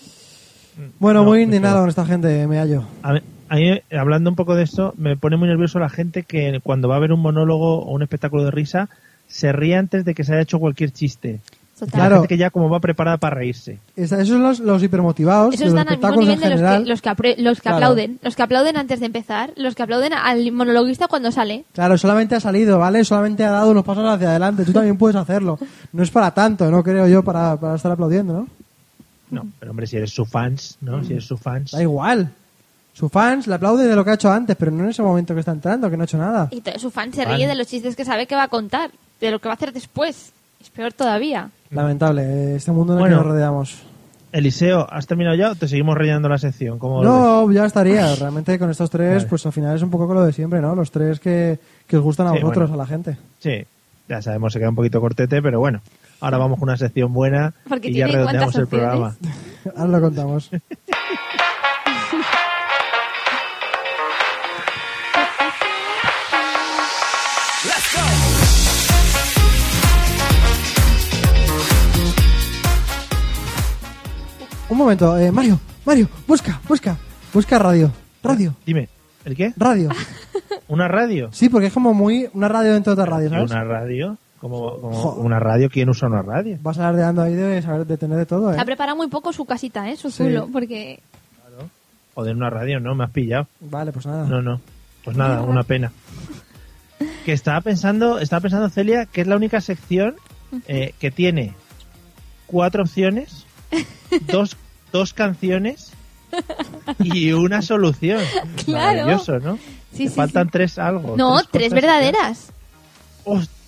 Speaker 3: Bueno,
Speaker 1: No,
Speaker 3: muy
Speaker 1: muy
Speaker 3: indignado con esta gente, me hallo.
Speaker 1: A mí, a mí, hablando un poco de esto, me pone muy nervioso la gente que cuando va a ver un monólogo o un espectáculo de risa, se ríe antes de que se haya hecho cualquier chiste.
Speaker 4: Total.
Speaker 3: Claro.
Speaker 1: La gente que ya como va preparada para reírse.
Speaker 3: Esa- Esos son los, los hipermotivados,
Speaker 4: Esos
Speaker 3: de los
Speaker 4: están al mismo
Speaker 3: espectáculos
Speaker 4: nivel
Speaker 3: en
Speaker 4: de los
Speaker 3: general.
Speaker 4: que, los que, apre- los que
Speaker 3: Claro.
Speaker 4: aplauden. Los que aplauden antes de empezar, los que aplauden al monologuista cuando sale.
Speaker 3: Claro, solamente ha salido, ¿vale? Solamente ha dado unos pasos hacia adelante. Tú también puedes hacerlo. No es para tanto, no creo yo, para, para estar aplaudiendo, ¿no?
Speaker 1: No, pero hombre, si eres su fans, ¿no? Si eres su fans.
Speaker 3: Da igual. Sus fans le aplaude de lo que ha hecho antes, pero no en ese momento que está entrando, que no ha hecho nada.
Speaker 4: Y todo su fan se
Speaker 1: Fan.
Speaker 4: ríe de los chistes que sabe que va a contar, de lo que va a hacer después. Es peor todavía.
Speaker 3: Lamentable, eh, este mundo en el que
Speaker 1: Bueno.
Speaker 3: nos rodeamos.
Speaker 1: Eliseo, ¿has terminado ya o te seguimos rellenando la sección? ¿Cómo lo ves?
Speaker 3: No, ya estaría. Realmente con estos tres,
Speaker 1: Vale.
Speaker 3: pues al final es un poco con lo de siempre, ¿no? Los tres que, que os gustan a
Speaker 1: Sí,
Speaker 3: vosotros,
Speaker 1: bueno.
Speaker 3: a la gente.
Speaker 1: Sí, ya sabemos, se queda un poquito cortete, pero bueno. Ahora vamos con una sección buena
Speaker 4: Porque
Speaker 1: y ya
Speaker 4: tiene
Speaker 1: redondeamos el
Speaker 4: cuantas
Speaker 1: programa.
Speaker 3: Ahora lo contamos. Un momento, eh, Mario, Mario, busca, busca, busca radio, radio,
Speaker 1: Dime, ¿el qué?
Speaker 3: radio.
Speaker 1: ¿Una radio?
Speaker 3: Sí, porque es como muy una radio dentro de otra radio, ¿sabes?
Speaker 1: ¿Una radio? ¿Cómo, cómo
Speaker 3: Joder.
Speaker 1: una radio? ¿Quién usa una radio?
Speaker 3: Vas alardeando ahí de saber de tener de todo, ¿eh?
Speaker 4: Ha preparado muy poco su casita, ¿eh? su
Speaker 3: Sí.
Speaker 4: zulo, porque
Speaker 1: Joder, una radio, no, me has pillado.
Speaker 3: Vale, pues
Speaker 4: Ah.
Speaker 3: nada.
Speaker 1: No, no. Pues nada, una pena. Que estaba pensando, estaba pensando Celia, que es la única sección eh, que tiene cuatro opciones, dos, dos canciones y una solución.
Speaker 4: Claro.
Speaker 1: Maravilloso, ¿no?
Speaker 4: Sí,
Speaker 1: Te
Speaker 4: sí,
Speaker 1: faltan
Speaker 4: sí.
Speaker 1: tres algo.
Speaker 4: No, tres
Speaker 1: cosas
Speaker 4: verdaderas.
Speaker 1: que- Hostia.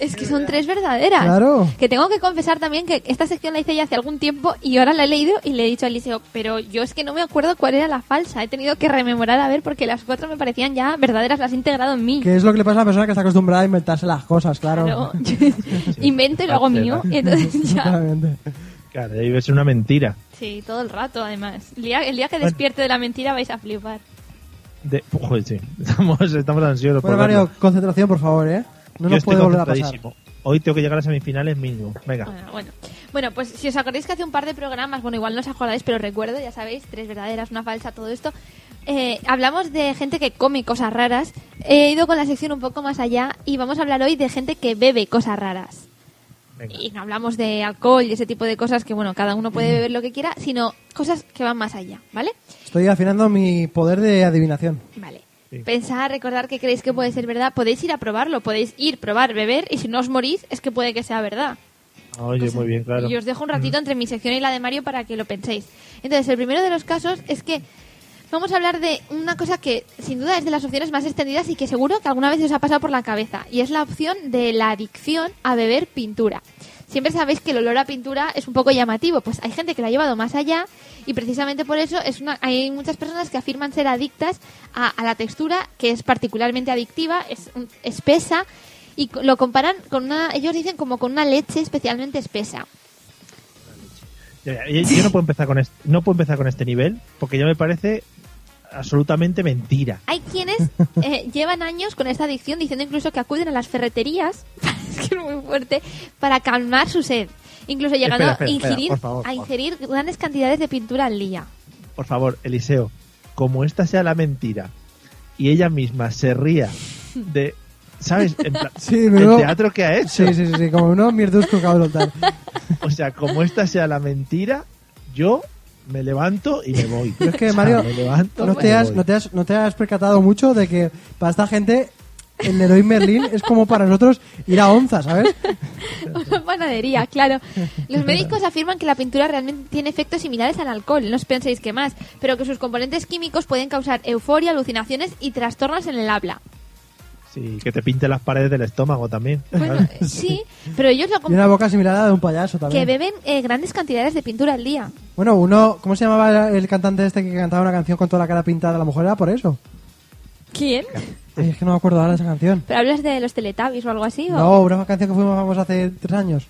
Speaker 4: Es que son tres verdaderas.
Speaker 3: Claro.
Speaker 4: Que tengo que confesar también que esta sección la hice ya hace algún tiempo y ahora la he leído y le he dicho a Eliseo, pero yo es que no me acuerdo cuál era la falsa. He tenido que rememorar a ver porque las cuatro me parecían ya verdaderas, las he integrado en mí.
Speaker 3: Que es lo que le pasa a la persona que está acostumbrada a inventarse las cosas, claro.
Speaker 4: Claro. Invento y lo hago
Speaker 1: Falsera.
Speaker 4: mío. Y entonces ya.
Speaker 3: Exactamente.
Speaker 1: Claro, debe ser una mentira.
Speaker 4: Sí, todo el rato además. El día, el día que
Speaker 1: Bueno.
Speaker 4: despierte de la mentira vais a flipar.
Speaker 1: De... Joder, sí. Estamos, estamos ansiosos
Speaker 3: Bueno,
Speaker 1: por verlo.
Speaker 3: Mario, concentración, por favor, ¿eh? No
Speaker 1: Yo
Speaker 3: nos
Speaker 1: estoy
Speaker 3: puede volver a pasar.
Speaker 1: concentradísimo. Hoy tengo que llegar a semifinales mínimo. Venga.
Speaker 4: Bueno, Ah, bueno. Bueno, pues si os acordáis que hace un par de programas, bueno, igual no os acordáis, pero recuerdo, ya sabéis, tres verdaderas, una falsa, todo esto. eh, hablamos de gente que come cosas raras. He ido con la sección un poco más allá y vamos a hablar hoy de gente que bebe cosas raras.
Speaker 1: Venga.
Speaker 4: Y no hablamos de alcohol y ese tipo de cosas que, bueno, cada uno puede beber lo que quiera, sino cosas que van más allá, ¿vale?
Speaker 3: Estoy afinando mi poder de adivinación.
Speaker 4: Vale.
Speaker 1: Sí.
Speaker 4: Pensad, recordar que creéis que puede ser verdad. Podéis ir a probarlo, podéis ir, probar, beber y si no os morís es que puede que sea verdad.
Speaker 1: Oye, muy bien, claro.
Speaker 4: Pues Y os dejo un ratito entre mi sección y la de Mario para que lo penséis. Entonces, el primero de los casos es que vamos a hablar de una cosa que sin duda es de las opciones más extendidas y que seguro que alguna vez os ha pasado por la cabeza. Y es la opción de la adicción a beber pintura. Siempre sabéis que el olor a pintura es un poco llamativo, pues hay gente que lo ha llevado más allá y precisamente por eso es una, hay muchas personas que afirman ser adictas a, a la textura que es particularmente adictiva, es un- espesa y co- lo comparan con una, ellos dicen como con una leche especialmente espesa.
Speaker 1: Yo, yo- Mm. Eh, yo no puedo empezar con este, no puedo empezar con este nivel porque ya me parece absolutamente mentira.
Speaker 4: Hay quienes eh, llevan años con esta adicción diciendo incluso que acuden a las ferreterías, es que es muy fuerte, para calmar su sed. Incluso llegando
Speaker 1: Espera, espera,
Speaker 4: a,
Speaker 1: espera,
Speaker 4: ingerir,
Speaker 1: por favor,
Speaker 4: a
Speaker 1: por favor.
Speaker 4: ingerir grandes cantidades de pintura al día.
Speaker 1: Por favor, Eliseo, como esta sea la mentira y ella misma se ría de, ¿sabes? En plan,
Speaker 3: Sí,
Speaker 1: el
Speaker 3: pero-
Speaker 1: teatro que ha hecho.
Speaker 3: Sí, sí, sí, sí, como uno mierdusco cabrón.
Speaker 1: O sea, como esta sea la mentira, yo me levanto y me voy.
Speaker 3: Pero es que,
Speaker 1: O sea,
Speaker 3: Mario,
Speaker 1: me levanto
Speaker 3: ¿No
Speaker 1: y
Speaker 3: te,
Speaker 1: me
Speaker 3: has,
Speaker 1: voy.
Speaker 3: no, te has, ¿No te has percatado mucho de que para esta gente el Leroy Merlin es como para nosotros ir a onza, ¿sabes?
Speaker 4: Una panadería, claro. Los médicos afirman que la pintura realmente tiene efectos similares al alcohol, no os penséis que más, pero que sus componentes químicos pueden causar euforia, alucinaciones y trastornos en el habla.
Speaker 1: Sí, que te pinte las paredes del estómago también.
Speaker 4: Bueno,
Speaker 1: ¿sabes?
Speaker 4: eh, sí, pero ellos lo
Speaker 3: Y una boca similar a la de un payaso
Speaker 4: que
Speaker 3: también.
Speaker 4: beben eh, grandes cantidades de pintura al día.
Speaker 3: Bueno, uno, ¿cómo se llamaba el cantante este que cantaba una canción con toda la cara pintada? A lo mejor era por eso.
Speaker 4: ¿Quién?
Speaker 3: Ay, es que no me acuerdo ahora de esa canción.
Speaker 4: ¿Pero hablas de los Teletubbies o algo así? o-
Speaker 3: No, una canción que fuimos famosa hace tres años.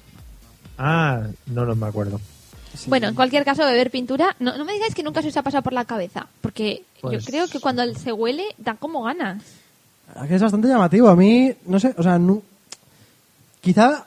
Speaker 1: Ah, no, no me acuerdo.
Speaker 4: Bueno, en cualquier caso, beber pintura, no, no me digáis que nunca se os ha pasado por la cabeza, porque
Speaker 1: Pues-
Speaker 4: yo creo que cuando se huele da como ganas.
Speaker 3: Ah, que es bastante llamativo. A mí, no sé, o sea, nu- quizá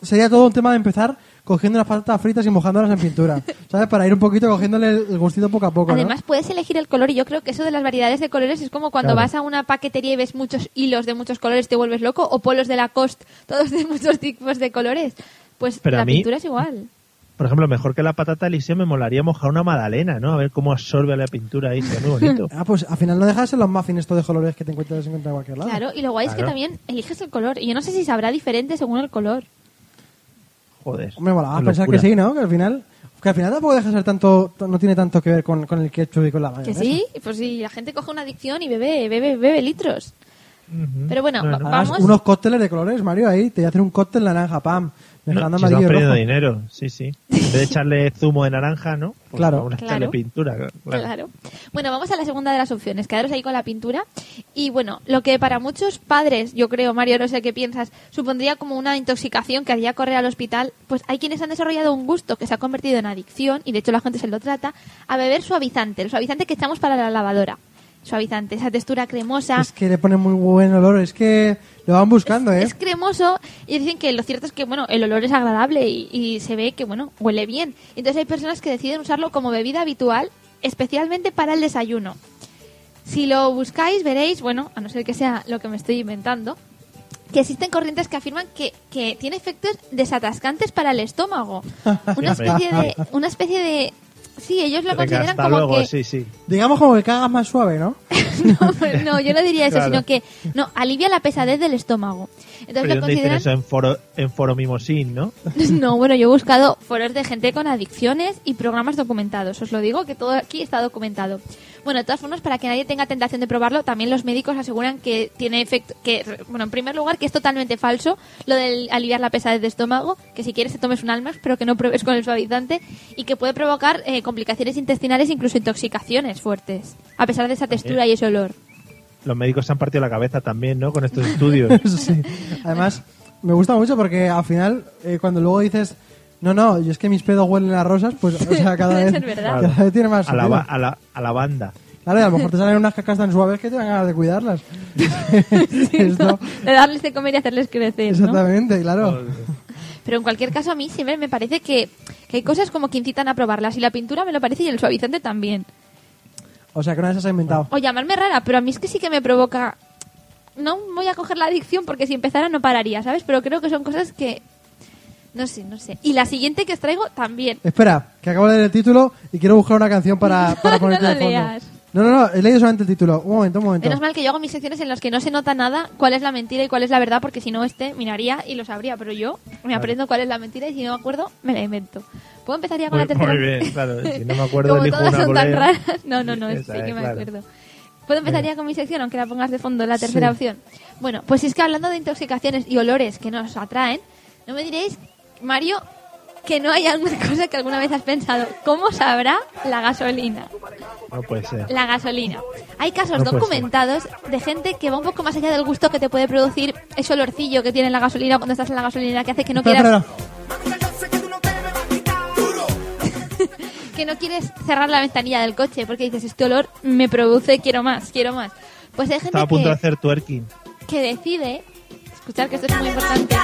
Speaker 3: sería todo un tema de empezar cogiendo las patatas fritas y mojándolas en pintura, ¿sabes? Para ir un poquito cogiéndole el el gustito poco a poco, ¿no?
Speaker 4: Además, puedes elegir el color y yo creo que eso de las variedades de colores es como cuando
Speaker 1: Claro.
Speaker 4: vas a una paquetería y ves muchos hilos de muchos colores, te vuelves loco, o polos de Lacoste, todos de muchos tipos de colores. Pues
Speaker 1: Pero a
Speaker 4: la
Speaker 1: mí-
Speaker 4: pintura es igual.
Speaker 1: Por ejemplo, mejor que la patata lisea me molaría mojar una magdalena, ¿no? A ver cómo absorbe la pintura ahí, sería muy bonito.
Speaker 3: Ah, pues al final no dejas en los muffins estos de colores que te encuentras en cualquier lado.
Speaker 4: Claro, y lo guay es que
Speaker 1: Ah, Claro.
Speaker 4: también eliges el color. Y yo no sé si sabrá diferente según el color.
Speaker 1: Joder.
Speaker 3: Me molaba
Speaker 1: qué
Speaker 3: pensar que
Speaker 1: locura.
Speaker 3: sí, ¿no? Que al final, que al final tampoco deja ser tanto, no tiene tanto que ver con, con el ketchup y con la
Speaker 4: Que
Speaker 3: mayonesa.
Speaker 4: sí, pues si la gente coge una adicción y bebe, bebe, bebe litros.
Speaker 1: Ujú.
Speaker 4: Pero bueno, va-
Speaker 3: Además,
Speaker 4: vamos.
Speaker 3: unos cócteles de colores, Mario, ahí te hacen un cóctel naranja, pam, mezclando
Speaker 1: No, si estamos
Speaker 3: amarillo y
Speaker 1: perdiendo
Speaker 3: rojo.
Speaker 1: dinero, sí, sí. En vez de echarle zumo de naranja, ¿no? Pues
Speaker 3: Claro.
Speaker 1: Vamos a
Speaker 4: Claro.
Speaker 1: echarle pintura. claro.
Speaker 4: Claro. Bueno, vamos a la segunda de las opciones. Quedaros ahí con la pintura. Y bueno, lo que para muchos padres, yo creo, Mario, no sé qué piensas, supondría como una intoxicación que haría correr al hospital, pues hay quienes han desarrollado un gusto que se ha convertido en adicción, y de hecho la gente se lo trata, a beber suavizante, el suavizante que echamos para la lavadora. Suavizante, esa textura cremosa.
Speaker 3: Es que le ponen muy buen olor, es que lo van buscando, ¿eh?
Speaker 4: Es cremoso y dicen que lo cierto es que, bueno, el olor es agradable y, y se ve que, bueno, huele bien. Entonces hay personas que deciden usarlo como bebida habitual, especialmente para el desayuno. Si lo buscáis, veréis, bueno, a no ser que sea lo que me estoy inventando, que existen corrientes que afirman que, que tiene efectos desatascantes para el estómago. Una especie de... Una especie de sí, ellos lo
Speaker 1: Venga,
Speaker 4: consideran
Speaker 1: hasta
Speaker 4: como
Speaker 1: luego,
Speaker 4: que...
Speaker 1: sí, sí.
Speaker 3: Digamos como que cagas más suave, ¿no?
Speaker 4: no, no, yo no diría eso,
Speaker 1: Claro.
Speaker 4: sino que no alivia la pesadez del estómago. Entonces
Speaker 1: Pero
Speaker 4: lo
Speaker 1: ¿dónde dicen
Speaker 4: consideran
Speaker 1: eso? En foro, en foro mimosín, ¿no?
Speaker 4: No, bueno, yo he buscado foros de gente con adicciones y programas documentados. Os lo digo, que todo aquí está documentado. Bueno, de todas formas, para que nadie tenga tentación de probarlo, también los médicos aseguran que tiene efecto, que, bueno, en primer lugar, que es totalmente falso lo de aliviar la pesadez de estómago, que si quieres te tomes un almax, pero que no pruebes con el suavizante y que puede provocar eh, complicaciones intestinales, incluso intoxicaciones fuertes, a pesar de esa textura y ese olor.
Speaker 1: Los médicos se han partido la cabeza también, ¿no? Con estos estudios.
Speaker 3: Eso sí. Además, me gusta mucho porque al final, eh, cuando luego dices, no, no, yo es que mis pedos huelen a rosas, pues, o sea, cada
Speaker 4: Puede
Speaker 3: vez,
Speaker 4: ser verdad.
Speaker 3: cada vez tiene más
Speaker 1: a, la,
Speaker 3: sentido.
Speaker 1: ba- a, la, a la banda.
Speaker 3: Claro, y a lo mejor te salen unas cacas tan suaves que te dan ganas de cuidarlas. Esto-
Speaker 4: De darles de comer y hacerles crecer, ¿no?
Speaker 3: Exactamente, claro.
Speaker 4: Pero en cualquier caso, a mí siempre me parece que, que hay cosas como que incitan a probarlas. Y la pintura me lo parece y el suavizante también.
Speaker 3: O sea, que una de esas ha inventado.
Speaker 4: O llamarme rara, pero a mí es que sí que me provoca... No voy a coger la adicción porque si empezara no pararía, ¿sabes? Pero creo que son cosas que... No sé, no sé. Y la siguiente que os traigo también.
Speaker 3: Espera, que acabo de leer el título y quiero buscar una canción para, para
Speaker 4: No
Speaker 3: ponerte
Speaker 4: lo
Speaker 3: de fondo.
Speaker 4: leas.
Speaker 3: No, no, no, he leído solamente el título. Un momento, un momento.
Speaker 4: Menos mal que yo hago mis secciones en las que no se nota nada cuál es la mentira y cuál es la verdad, porque si no, este miraría y lo sabría. Pero yo me aprendo cuál es la mentira y si no me acuerdo, me la invento. ¿Puedo empezar ya con
Speaker 1: Muy,
Speaker 4: la tercera?
Speaker 1: muy bien, claro. Si no me acuerdo,
Speaker 4: Como
Speaker 1: elijo
Speaker 4: todas
Speaker 1: una
Speaker 4: son
Speaker 1: por
Speaker 4: tan
Speaker 1: leer.
Speaker 4: raras. No, no, no,
Speaker 1: Esa
Speaker 4: sí
Speaker 1: es,
Speaker 4: que me
Speaker 1: claro.
Speaker 4: acuerdo. ¿Puedo empezar ya con mi sección, aunque la pongas de fondo, la tercera
Speaker 3: Sí.
Speaker 4: opción? Bueno, pues es que hablando de intoxicaciones y olores que nos atraen, no me diréis, Mario, que no hay alguna cosa que alguna vez has pensado. ¿Cómo sabrá la gasolina?
Speaker 1: No puede ser.
Speaker 4: La gasolina. Hay casos
Speaker 1: No puede ser.
Speaker 4: documentados de gente que va un poco más allá del gusto que te puede producir ese olorcillo que tiene la gasolina cuando estás en la gasolina que hace que no
Speaker 3: Espera,
Speaker 4: quieras
Speaker 3: espera.
Speaker 4: que no quieres cerrar la ventanilla del coche porque dices, este olor me produce, quiero más, quiero más. Pues hay gente
Speaker 1: Estaba a punto de
Speaker 4: que,
Speaker 1: hacer twerking.
Speaker 4: que decide, escuchar que esto es muy importante,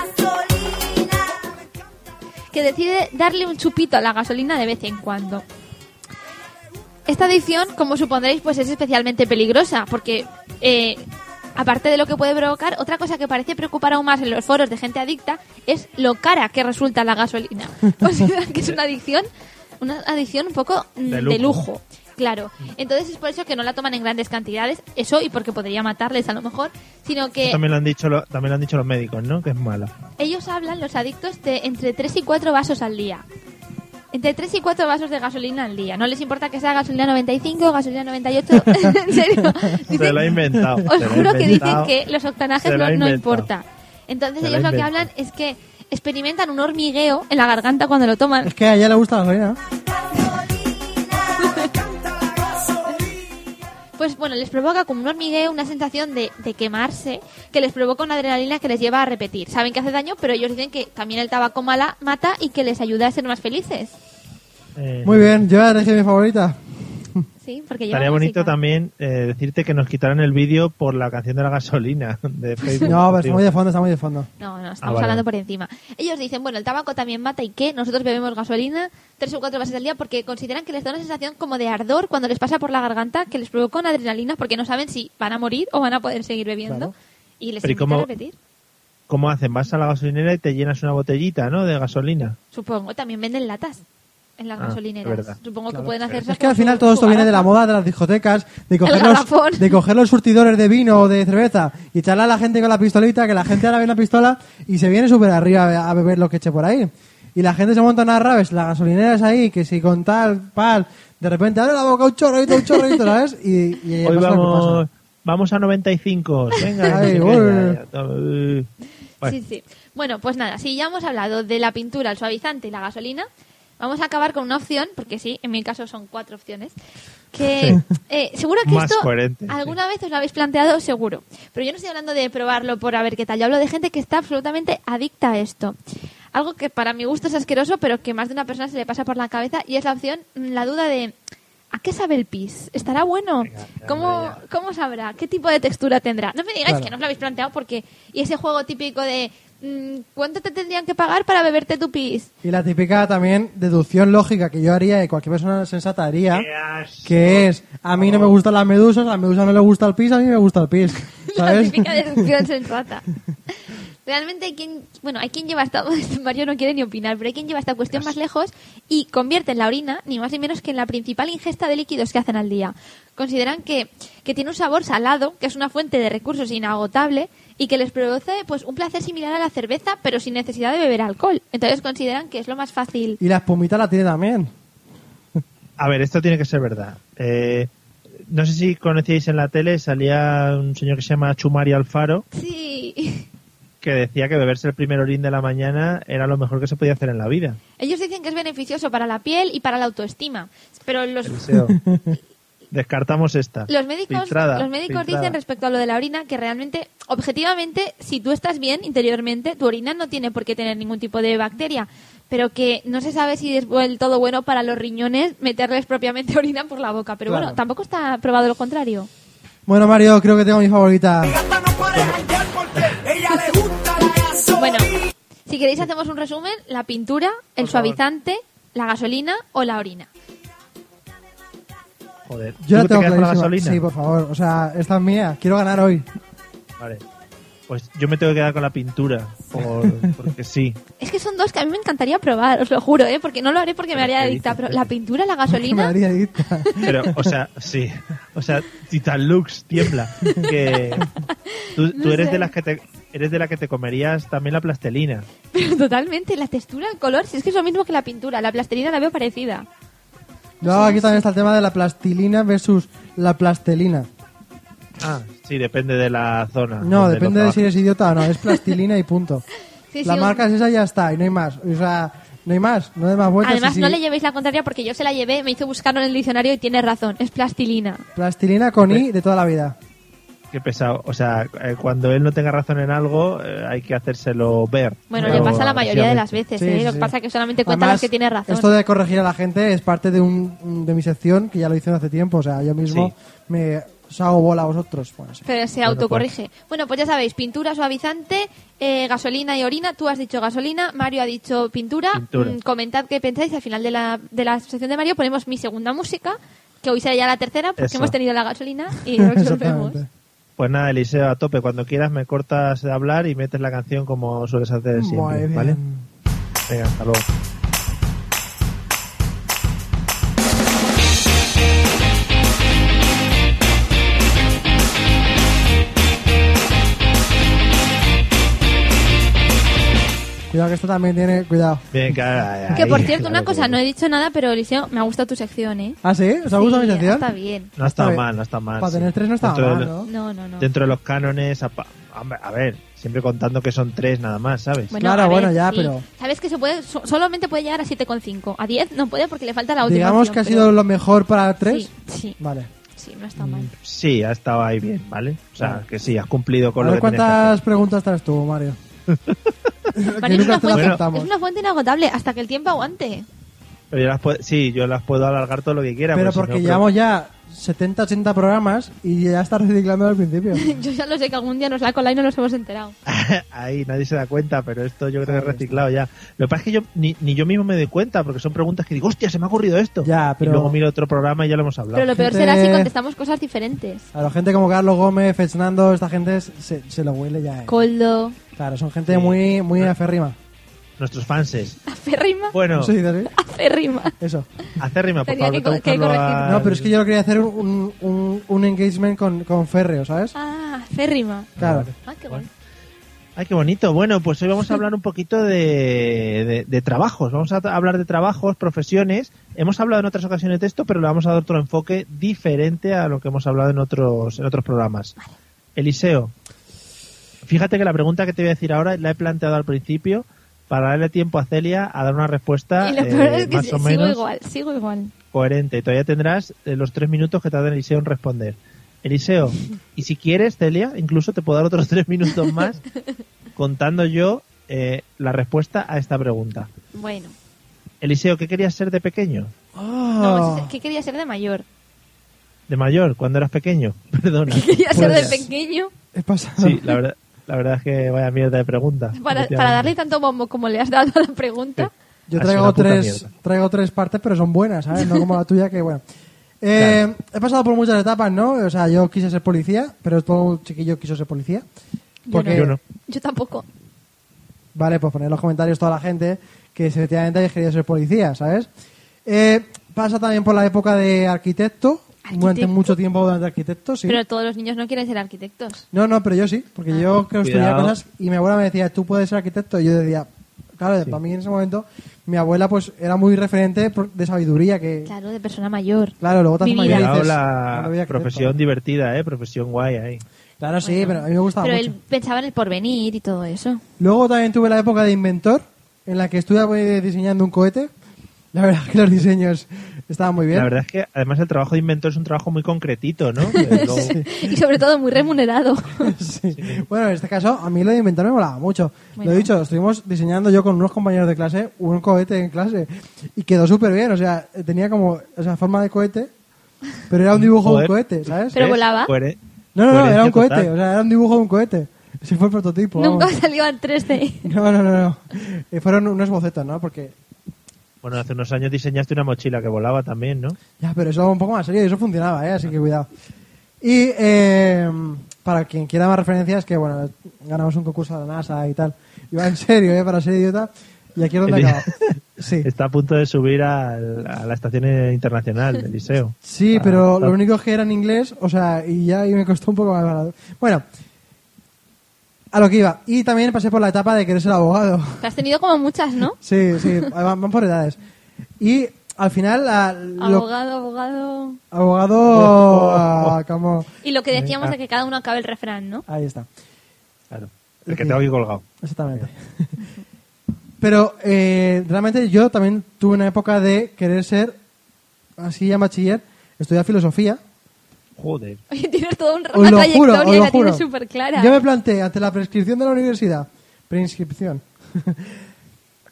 Speaker 4: que decide darle un chupito a la gasolina de vez en cuando. Esta adicción, como supondréis, pues es especialmente peligrosa porque... eh, Aparte de lo que puede provocar, otra cosa que parece preocupar aún más en los foros de gente adicta es lo cara que resulta la gasolina. Consideran que es una adicción, una adicción un poco mm,
Speaker 1: De
Speaker 4: De
Speaker 1: lujo.
Speaker 4: lujo. Claro, entonces es por eso que no la toman en grandes cantidades, eso y porque podría matarles a lo mejor, sino
Speaker 1: Eso
Speaker 4: que
Speaker 1: También lo, han dicho lo- también lo han dicho los médicos, ¿no? Que es mala.
Speaker 4: ellos hablan, los adictos, de entre 3 y 4 vasos al día. Entre 3 y 4 vasos de gasolina al día. No les importa que sea gasolina 95, gasolina 98, en serio.
Speaker 1: Se lo ha inventado.
Speaker 4: Os
Speaker 1: se lo ha
Speaker 4: juro que dicen
Speaker 1: inventado.
Speaker 4: que los octanajes
Speaker 1: Se lo
Speaker 4: no,
Speaker 1: ha
Speaker 4: no
Speaker 1: inventado.
Speaker 4: importa. Entonces
Speaker 1: Se lo ha
Speaker 4: ellos lo que
Speaker 1: inventado.
Speaker 4: hablan es que experimentan un hormigueo en la garganta cuando lo toman.
Speaker 3: Es que a ella le gusta la gasolina.
Speaker 4: pues bueno, les provoca como un hormigueo, una sensación de, de quemarse, que les provoca una adrenalina que les lleva a repetir. Saben que hace daño, pero ellos dicen que también el tabaco mala mata y que les ayuda a ser más felices.
Speaker 1: Eh,
Speaker 3: Muy bien, yo ya elegí mi favorita.
Speaker 4: Sí, porque lleva
Speaker 1: Estaría bonito
Speaker 4: música.
Speaker 1: también eh, decirte que nos quitaron el vídeo por la canción de la gasolina de Facebook.
Speaker 3: No, pero está
Speaker 1: tío.
Speaker 3: muy de fondo, está muy de fondo.
Speaker 4: No, no, estamos
Speaker 1: Ah, vale.
Speaker 4: hablando por encima. Ellos dicen, bueno, el tabaco también mata y qué, nosotros bebemos gasolina tres o cuatro veces al día porque consideran que les da una sensación como de ardor cuando les pasa por la garganta que les provoca una adrenalina porque no saben si van a morir o van a poder seguir bebiendo. Y les
Speaker 1: Pero ¿y
Speaker 4: invita a
Speaker 1: cómo-
Speaker 4: repetir.
Speaker 1: ¿Cómo hacen? Vas a la gasolinera y te llenas una botellita, ¿no? De gasolina.
Speaker 4: Supongo, también venden latas en las
Speaker 1: Ah,
Speaker 4: gasolineras.
Speaker 1: es verdad.
Speaker 4: Supongo que pueden hacerse.
Speaker 3: Es que al
Speaker 4: con
Speaker 3: final
Speaker 4: su-
Speaker 3: todo
Speaker 4: su
Speaker 3: esto viene de la
Speaker 4: garrafa.
Speaker 3: moda, de las discotecas, de coger,
Speaker 4: El garrafón.
Speaker 3: los, de coger los surtidores de vino o de cerveza y echarle a la gente con la pistolita, que la gente ahora ve una pistola y se viene súper arriba a beber lo que eche por ahí. Y la gente se monta unas rabes, las gasolineras ahí, que si con tal, pal, de repente abre la boca un chorrito, un chorrito, ¿sabes? Y, y
Speaker 1: Hoy
Speaker 3: pasa lo que pasa.
Speaker 1: vamos, vamos a 95. Venga,
Speaker 3: Ay,
Speaker 1: no sé qué,
Speaker 3: uy.
Speaker 1: ya, ya, to- uy. Bueno,
Speaker 4: Sí, sí. Bueno, pues nada, si ya hemos hablado de la pintura, el suavizante y la gasolina, vamos a acabar con una opción, porque sí, en mi caso son cuatro opciones, que eh, seguro que
Speaker 1: Más
Speaker 4: esto
Speaker 1: coherente, sí.
Speaker 4: alguna vez os lo habéis planteado, seguro. Pero yo no estoy hablando de probarlo por a ver qué tal, yo hablo de gente que está absolutamente adicta a esto. Algo que para mi gusto es asqueroso, pero que más de una persona se le pasa por la cabeza y es la opción, mm, la duda de... ¿A qué sabe el pis? ¿Estará bueno? ¿Cómo, ¿Cómo sabrá? ¿Qué tipo de textura tendrá? No me digáis
Speaker 3: Claro.
Speaker 4: que no os lo habéis planteado porque... Y ese juego típico de... mm, ¿Cuánto te tendrían que pagar para beberte tu pis?
Speaker 3: Y la típica también deducción lógica que yo haría y cualquier persona sensata haría,
Speaker 1: Qué asco.
Speaker 3: que es, a mí no me gustan las medusas, a la medusa no le gusta el pis, a mí me gusta el pis,
Speaker 4: La
Speaker 3: ¿sabes?
Speaker 4: típica deducción sensata. Realmente hay quien... Bueno, hay quien lleva esta... Mario no quiere ni opinar, pero hay quien lleva esta cuestión más lejos y convierte en la orina, ni más ni menos que en la principal ingesta de líquidos que hacen al día. Consideran que, que tiene un sabor salado, que es una fuente de recursos inagotable y que les produce pues un placer similar a la cerveza, pero sin necesidad de beber alcohol. Entonces consideran que es lo más fácil.
Speaker 3: Y la espumita la tiene también.
Speaker 1: A ver, esto tiene que ser verdad. Eh, no sé si conocíais en la tele, salía un señor que se llama Chumari Alfaro,
Speaker 4: Sí.
Speaker 1: que decía que beberse el primer orín de la mañana era lo mejor que se podía hacer en la vida.
Speaker 4: Ellos dicen que es beneficioso para la piel y para la autoestima, pero los,
Speaker 1: Eliseo, Descartamos esta.
Speaker 4: Los médicos,
Speaker 1: Filtrada,
Speaker 4: los médicos
Speaker 1: filtrada.
Speaker 4: dicen respecto a lo de la orina que realmente, objetivamente, si tú estás bien interiormente, tu orina no tiene por qué tener ningún tipo de bacteria, pero que no se sabe si es del todo bueno para los riñones meterles propiamente orina por la boca. Pero bueno,
Speaker 3: Claro.
Speaker 4: tampoco está probado lo contrario.
Speaker 3: Bueno, Mario, creo que tengo mi favorita.
Speaker 4: Bueno, si queréis hacemos un resumen, la pintura, el
Speaker 1: Por favor.
Speaker 4: suavizante, la gasolina o la orina.
Speaker 1: Joder,
Speaker 3: Yo la
Speaker 1: ¿tú te
Speaker 3: tengo
Speaker 1: quedas con la
Speaker 3: clarísima.
Speaker 1: gasolina?
Speaker 3: Sí, por favor. O sea, esta es mía. Quiero ganar hoy.
Speaker 1: Vale. Pues yo me tengo que quedar con la pintura, por- porque sí.
Speaker 4: Es que son dos que a mí me encantaría probar, os lo juro, ¿eh? porque no lo haré porque me
Speaker 1: Pero
Speaker 4: haría
Speaker 1: ¿qué
Speaker 4: adicta,
Speaker 1: dices,
Speaker 4: pero
Speaker 1: Pepe?
Speaker 4: la pintura, la
Speaker 3: Que me
Speaker 4: gasolina...
Speaker 3: daría adicta.
Speaker 1: Pero, o sea, sí. O sea, Titan Lux tiembla. Que tú, tú
Speaker 4: No
Speaker 1: eres
Speaker 4: sé.
Speaker 1: de las que te eres de la que te comerías también la plastelina.
Speaker 4: Pero totalmente, la textura, el color, si es que es lo mismo que la pintura, la plastilina la veo parecida.
Speaker 3: Luego aquí también está el tema de la plastilina versus la plastelina.
Speaker 1: Ah, sí, depende Ah, de la zona.
Speaker 3: No,
Speaker 1: donde
Speaker 3: depende
Speaker 1: lo
Speaker 3: de si
Speaker 1: trabajes.
Speaker 3: eres idiota o no. Es plastilina y punto.
Speaker 4: Sí,
Speaker 3: la
Speaker 4: sí,
Speaker 3: marca
Speaker 4: un-
Speaker 3: es esa y ya está. Y no hay más. O sea, no hay más. No hay más vueltas.
Speaker 4: Además,
Speaker 3: y si-
Speaker 4: no le llevéis la contraria porque yo se la llevé, me hizo buscarlo en el diccionario y tiene razón, es plastilina.
Speaker 3: Plastilina con I de toda la vida.
Speaker 1: Qué pesado. O sea, eh, cuando él no tenga razón en algo, eh, hay que hacérselo ver.
Speaker 4: Bueno,
Speaker 1: Pero
Speaker 4: le pasa la mayoría de las
Speaker 1: agresivamente.
Speaker 4: veces,
Speaker 3: Sí,
Speaker 4: ¿eh?
Speaker 3: sí,
Speaker 4: lo que
Speaker 3: sí.
Speaker 4: pasa es que solamente cuenta
Speaker 3: Además,
Speaker 4: las que tiene razón.
Speaker 3: Esto de corregir a la gente es parte de, un, de mi sección que ya lo hice hace tiempo. O sea, yo mismo
Speaker 1: Sí.
Speaker 3: me os hago bola a vosotros. pues, Bueno, sí.
Speaker 4: Pero se autocorrige. Bueno, pues ya sabéis, pintura, suavizante, eh, gasolina y orina. Tú has dicho gasolina, Mario ha dicho pintura.
Speaker 1: Pintura.
Speaker 4: Mm, comentad qué pensáis. Al final de la, de la sección de Mario ponemos mi segunda música, que hoy será ya la tercera porque
Speaker 1: Eso.
Speaker 4: hemos tenido la gasolina y resolvemos.
Speaker 3: Exactamente.
Speaker 1: Pues nada, Eliseo, a tope. Cuando quieras me cortas de hablar y metes la canción como sueles hacer
Speaker 3: Muy
Speaker 1: siempre.
Speaker 3: bien.
Speaker 1: ¿Vale? Venga, hasta luego.
Speaker 3: Cuidado que esto también tiene... Cuidado.
Speaker 1: Bien, cara,
Speaker 4: Que
Speaker 1: ahí,
Speaker 4: por cierto, una
Speaker 1: claro,
Speaker 4: cosa,
Speaker 1: claro.
Speaker 4: no he dicho nada, pero Eliseo, me ha gustado tu sección, ¿eh?
Speaker 3: ¿Ah, sí? ¿Os ha gustado
Speaker 4: Sí,
Speaker 3: mi sección?
Speaker 4: Está bien.
Speaker 1: No está
Speaker 3: Está bien.
Speaker 1: mal, no está mal.
Speaker 3: Para
Speaker 1: Ah, sí.
Speaker 3: tener tres no estaba
Speaker 1: Dentro de
Speaker 3: mal,
Speaker 1: lo-
Speaker 3: ¿no?
Speaker 4: No, no, no.
Speaker 1: Dentro de los cánones, apa- hombre, a ver, siempre contando que son tres nada más, ¿sabes?
Speaker 4: Bueno,
Speaker 3: Claro,
Speaker 4: a ver,
Speaker 3: bueno, ya,
Speaker 4: sí.
Speaker 3: pero-
Speaker 4: Sabes que se puede, so- solamente puede llegar a 7,5. A 10 no puede porque le falta la última.
Speaker 3: Digamos
Speaker 4: opción,
Speaker 3: que ha
Speaker 4: pero-
Speaker 3: sido lo mejor para tres.
Speaker 4: Sí, sí.
Speaker 3: Vale.
Speaker 4: Sí, no
Speaker 3: Mm.
Speaker 4: está mal.
Speaker 1: Sí, ha estado ahí bien, ¿vale? O sea, que sí, has cumplido con
Speaker 3: A
Speaker 1: lo
Speaker 3: ver
Speaker 1: que tenías que hacer.
Speaker 3: cuántas preguntas traes tú, Mario. que
Speaker 4: Mario,
Speaker 3: nunca
Speaker 4: es, una
Speaker 3: te la
Speaker 4: fuente,
Speaker 3: aceptamos.
Speaker 4: es una fuente inagotable hasta que el tiempo aguante.
Speaker 1: Pero yo las puedo- sí, yo las puedo alargar todo lo que quiera.
Speaker 3: Pero
Speaker 1: pues, si
Speaker 3: porque
Speaker 1: no,
Speaker 3: llevamos ya 70, 80 programas y ya estás reciclando al principio.
Speaker 4: Yo ya lo sé que algún día nos la cola y no nos hemos enterado.
Speaker 1: Ahí nadie se da cuenta, pero esto yo creo que es reciclado ya. Lo que pasa es que yo ni, ni yo mismo me doy cuenta, porque son preguntas que digo, hostia, se me ha ocurrido esto.
Speaker 3: Ya, pero-
Speaker 1: Y luego miro otro programa y ya lo hemos hablado.
Speaker 4: Pero lo peor
Speaker 3: gente-
Speaker 4: será si contestamos cosas diferentes.
Speaker 3: A la gente como Carlos Gómez, Fernando, esta gente se, se lo huele ya. eh.
Speaker 4: Coldo,
Speaker 3: Claro, son gente muy, muy aférrima.
Speaker 1: Nuestros fanses.
Speaker 4: aférrima,
Speaker 1: Bueno,
Speaker 3: Sí, ¿sí?
Speaker 4: aférrima.
Speaker 3: Eso.
Speaker 1: hacer rima, por
Speaker 4: Tenía
Speaker 1: favor.
Speaker 4: que co-
Speaker 1: tengo
Speaker 4: que
Speaker 1: que hacerlo
Speaker 4: corregir.
Speaker 1: al-
Speaker 3: No, pero es que yo lo quería hacer un, un, un engagement con, con Férreo, ¿sabes?
Speaker 4: Ah, aférrima.
Speaker 3: Claro.
Speaker 4: Ah, qué
Speaker 3: Pues
Speaker 4: bueno.
Speaker 1: Ay, qué bonito. Bueno, pues hoy vamos a hablar un poquito de, de- de trabajos. Vamos a tra- hablar de trabajos, profesiones. Hemos hablado en otras ocasiones de esto, pero le vamos a dar otro enfoque diferente a lo que hemos hablado en otros, en otros programas. Eliseo, fíjate que la pregunta que te voy a decir ahora la he planteado al principio para darle tiempo a Celia a dar una respuesta
Speaker 4: Y lo peor
Speaker 1: eh,
Speaker 4: es que
Speaker 1: más
Speaker 4: si-
Speaker 1: o
Speaker 4: sigo
Speaker 1: menos
Speaker 4: igual, sigo igual.
Speaker 1: coherente. Todavía tendrás eh, los tres minutos que tarda Eliseo en responder. Eliseo, y si quieres, Celia, incluso te puedo dar otros tres minutos más contando yo eh, la respuesta a esta pregunta.
Speaker 4: Bueno,
Speaker 1: Eliseo, ¿qué querías ser de pequeño?
Speaker 4: no, pues
Speaker 3: Oh.
Speaker 4: ¿qué quería ser de mayor?
Speaker 1: De mayor, cuando eras pequeño. Perdona.
Speaker 4: Quería ser de
Speaker 3: Pues-
Speaker 4: pequeño
Speaker 3: He pasado.
Speaker 1: Sí, la verdad, la verdad es que vaya mierda de pregunta.
Speaker 4: para, para darle tanto bombo como le has dado a la pregunta.
Speaker 3: Yo
Speaker 1: Ha sido
Speaker 3: traigo
Speaker 1: una puta
Speaker 3: tres,
Speaker 1: mierda.
Speaker 3: traigo tres partes, pero son buenas, ¿sabes? No como la tuya, que bueno. Eh, He pasado por muchas etapas, ¿no? O sea, yo quise ser policía, pero todo chiquillo quiso ser policía. Porque,
Speaker 1: Yo no.
Speaker 4: Yo tampoco.
Speaker 3: Vale, pues poner en los comentarios toda la gente que efectivamente haya querido ser policía, ¿sabes? Eh, pasa también por la época de arquitecto. Durante
Speaker 4: Arquitecto.
Speaker 3: mucho tiempo durante arquitecto, sí.
Speaker 4: Pero Ah. todos los niños no quieren ser arquitectos.
Speaker 3: No, no, pero yo sí, porque yo creo que estudiaba
Speaker 1: Cuidado.
Speaker 3: cosas y mi abuela me decía, tú puedes ser arquitecto. Y yo decía, claro, para mí en ese momento, mi abuela pues era muy referente por- de sabiduría, que claro,
Speaker 4: Claro, de persona mayor.
Speaker 3: luego te haces
Speaker 4: Mi vida.
Speaker 3: mayor y
Speaker 1: Cuidado
Speaker 3: dices, "Ah,
Speaker 1: la
Speaker 3: no voy a arquitecto".
Speaker 1: profesión divertida, ¿eh? Profesión guay ahí.
Speaker 3: Claro, sí, pero a mí me gustaba
Speaker 4: Pero
Speaker 3: mucho.
Speaker 4: él pensaba en el porvenir y todo eso.
Speaker 3: Luego también tuve la época de inventor, en la que estuve eh, diseñando un cohete. La verdad es que los diseños estaban muy bien.
Speaker 1: La verdad es que además el trabajo de inventor es un trabajo muy concretito, ¿no? Que luego-
Speaker 4: Y sobre todo muy remunerado.
Speaker 3: Sí. Bueno, en este caso, a mí lo de inventar me molaba mucho. Lo he dicho, estuvimos diseñando yo con unos compañeros de clase un cohete en clase y quedó súper bien. O sea, tenía como o sea, forma de cohete, pero era un dibujo de un
Speaker 1: Joder.
Speaker 3: cohete, ¿sabes?
Speaker 4: Pero
Speaker 1: ¿Ves?
Speaker 4: volaba.
Speaker 1: Cohere-
Speaker 3: No, no, no, era
Speaker 1: coherencia total.
Speaker 3: un cohete, o sea, era un dibujo de un cohete. Ese fue el prototipo.
Speaker 4: Nunca
Speaker 3: vamos.
Speaker 4: salió en 3D.
Speaker 3: No, no, no, no. Eh, Fueron unos bocetos, ¿no? Porque.
Speaker 1: Bueno, hace unos años diseñaste una mochila que volaba también, ¿no?
Speaker 3: Ya, pero eso un poco más serio y eso funcionaba, ¿eh? Así que cuidado. Y eh, para quien quiera más referencias, que bueno, ganamos un concurso de la NASA y tal. Y va en serio, ¿eh? Para ser idiota. Y aquí es donde
Speaker 1: Eli-
Speaker 3: acabo. Sí.
Speaker 1: Está a punto de subir al- a la estación internacional del liceo.
Speaker 3: Sí,
Speaker 1: Ah,
Speaker 3: pero
Speaker 1: está-
Speaker 3: lo único es que era en inglés, o sea, y ya ahí me costó un poco más barato. Bueno, a lo que iba. Y también pasé por la etapa de querer ser abogado.
Speaker 4: Te has tenido como muchas, ¿no?
Speaker 3: Sí, sí, van, van por edades. Y al final, la- lo-
Speaker 4: Abogado, abogado.
Speaker 3: abogado, ah, como...
Speaker 4: Y lo que decíamos
Speaker 3: Ah.
Speaker 4: de que cada uno acabe el refrán, ¿no?
Speaker 3: Ahí está.
Speaker 1: Claro, el que tengo aquí colgado.
Speaker 3: Exactamente. Pero eh, realmente yo también tuve una época de querer ser, así ya bachiller, estudiar filosofía.
Speaker 1: Joder.
Speaker 4: Oye, tienes toda un-
Speaker 3: Os
Speaker 4: una
Speaker 3: lo juro,
Speaker 4: trayectoria
Speaker 3: os
Speaker 4: y
Speaker 3: lo
Speaker 4: la tienes
Speaker 3: juro.
Speaker 4: súper clara.
Speaker 3: Yo me planteé ante la prescripción de la universidad, prescripción,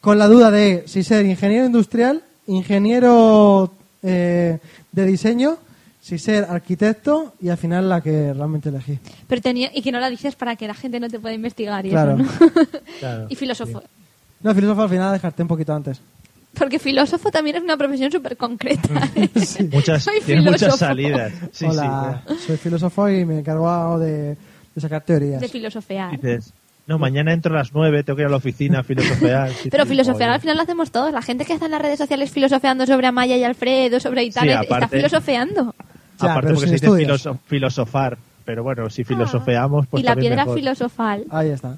Speaker 3: con la duda de si ser ingeniero industrial, ingeniero eh, de diseño, si ser arquitecto y al final la que realmente elegí.
Speaker 4: Pero tenía, y que no la dices para que la gente no te pueda investigar y
Speaker 3: Claro.
Speaker 4: eso, ¿no?
Speaker 1: Claro,
Speaker 4: y filósofo.
Speaker 3: No, filósofo al final descarté un poquito antes.
Speaker 4: Porque filósofo también es una profesión súper concreta. ¿eh?
Speaker 1: Muchas,
Speaker 4: Soy
Speaker 1: tiene muchas
Speaker 4: filósofo.
Speaker 1: salidas. Sí,
Speaker 3: Hola,
Speaker 1: sí.
Speaker 3: soy filósofo y me encargo de, de sacar teorías.
Speaker 4: De filosofear.
Speaker 1: Dices, no, mañana entro a las nueve, tengo que ir a la oficina a filosofear. Sí,
Speaker 4: Pero
Speaker 1: sí,
Speaker 4: filosofear
Speaker 1: joder.
Speaker 4: al final lo hacemos todos. La gente que está en las redes sociales filosofeando sobre Amaya y Alfredo, sobre Italia, está
Speaker 1: aparte-
Speaker 4: filosofeando.
Speaker 3: Ya,
Speaker 1: Aparte
Speaker 3: pero
Speaker 1: porque se dice
Speaker 3: sin estudios.
Speaker 1: filoso- filosofar. Pero bueno, si filosofeamos, pues
Speaker 4: Ah. y la
Speaker 1: también
Speaker 4: piedra
Speaker 1: mejor.
Speaker 4: filosofal.
Speaker 3: Ahí está.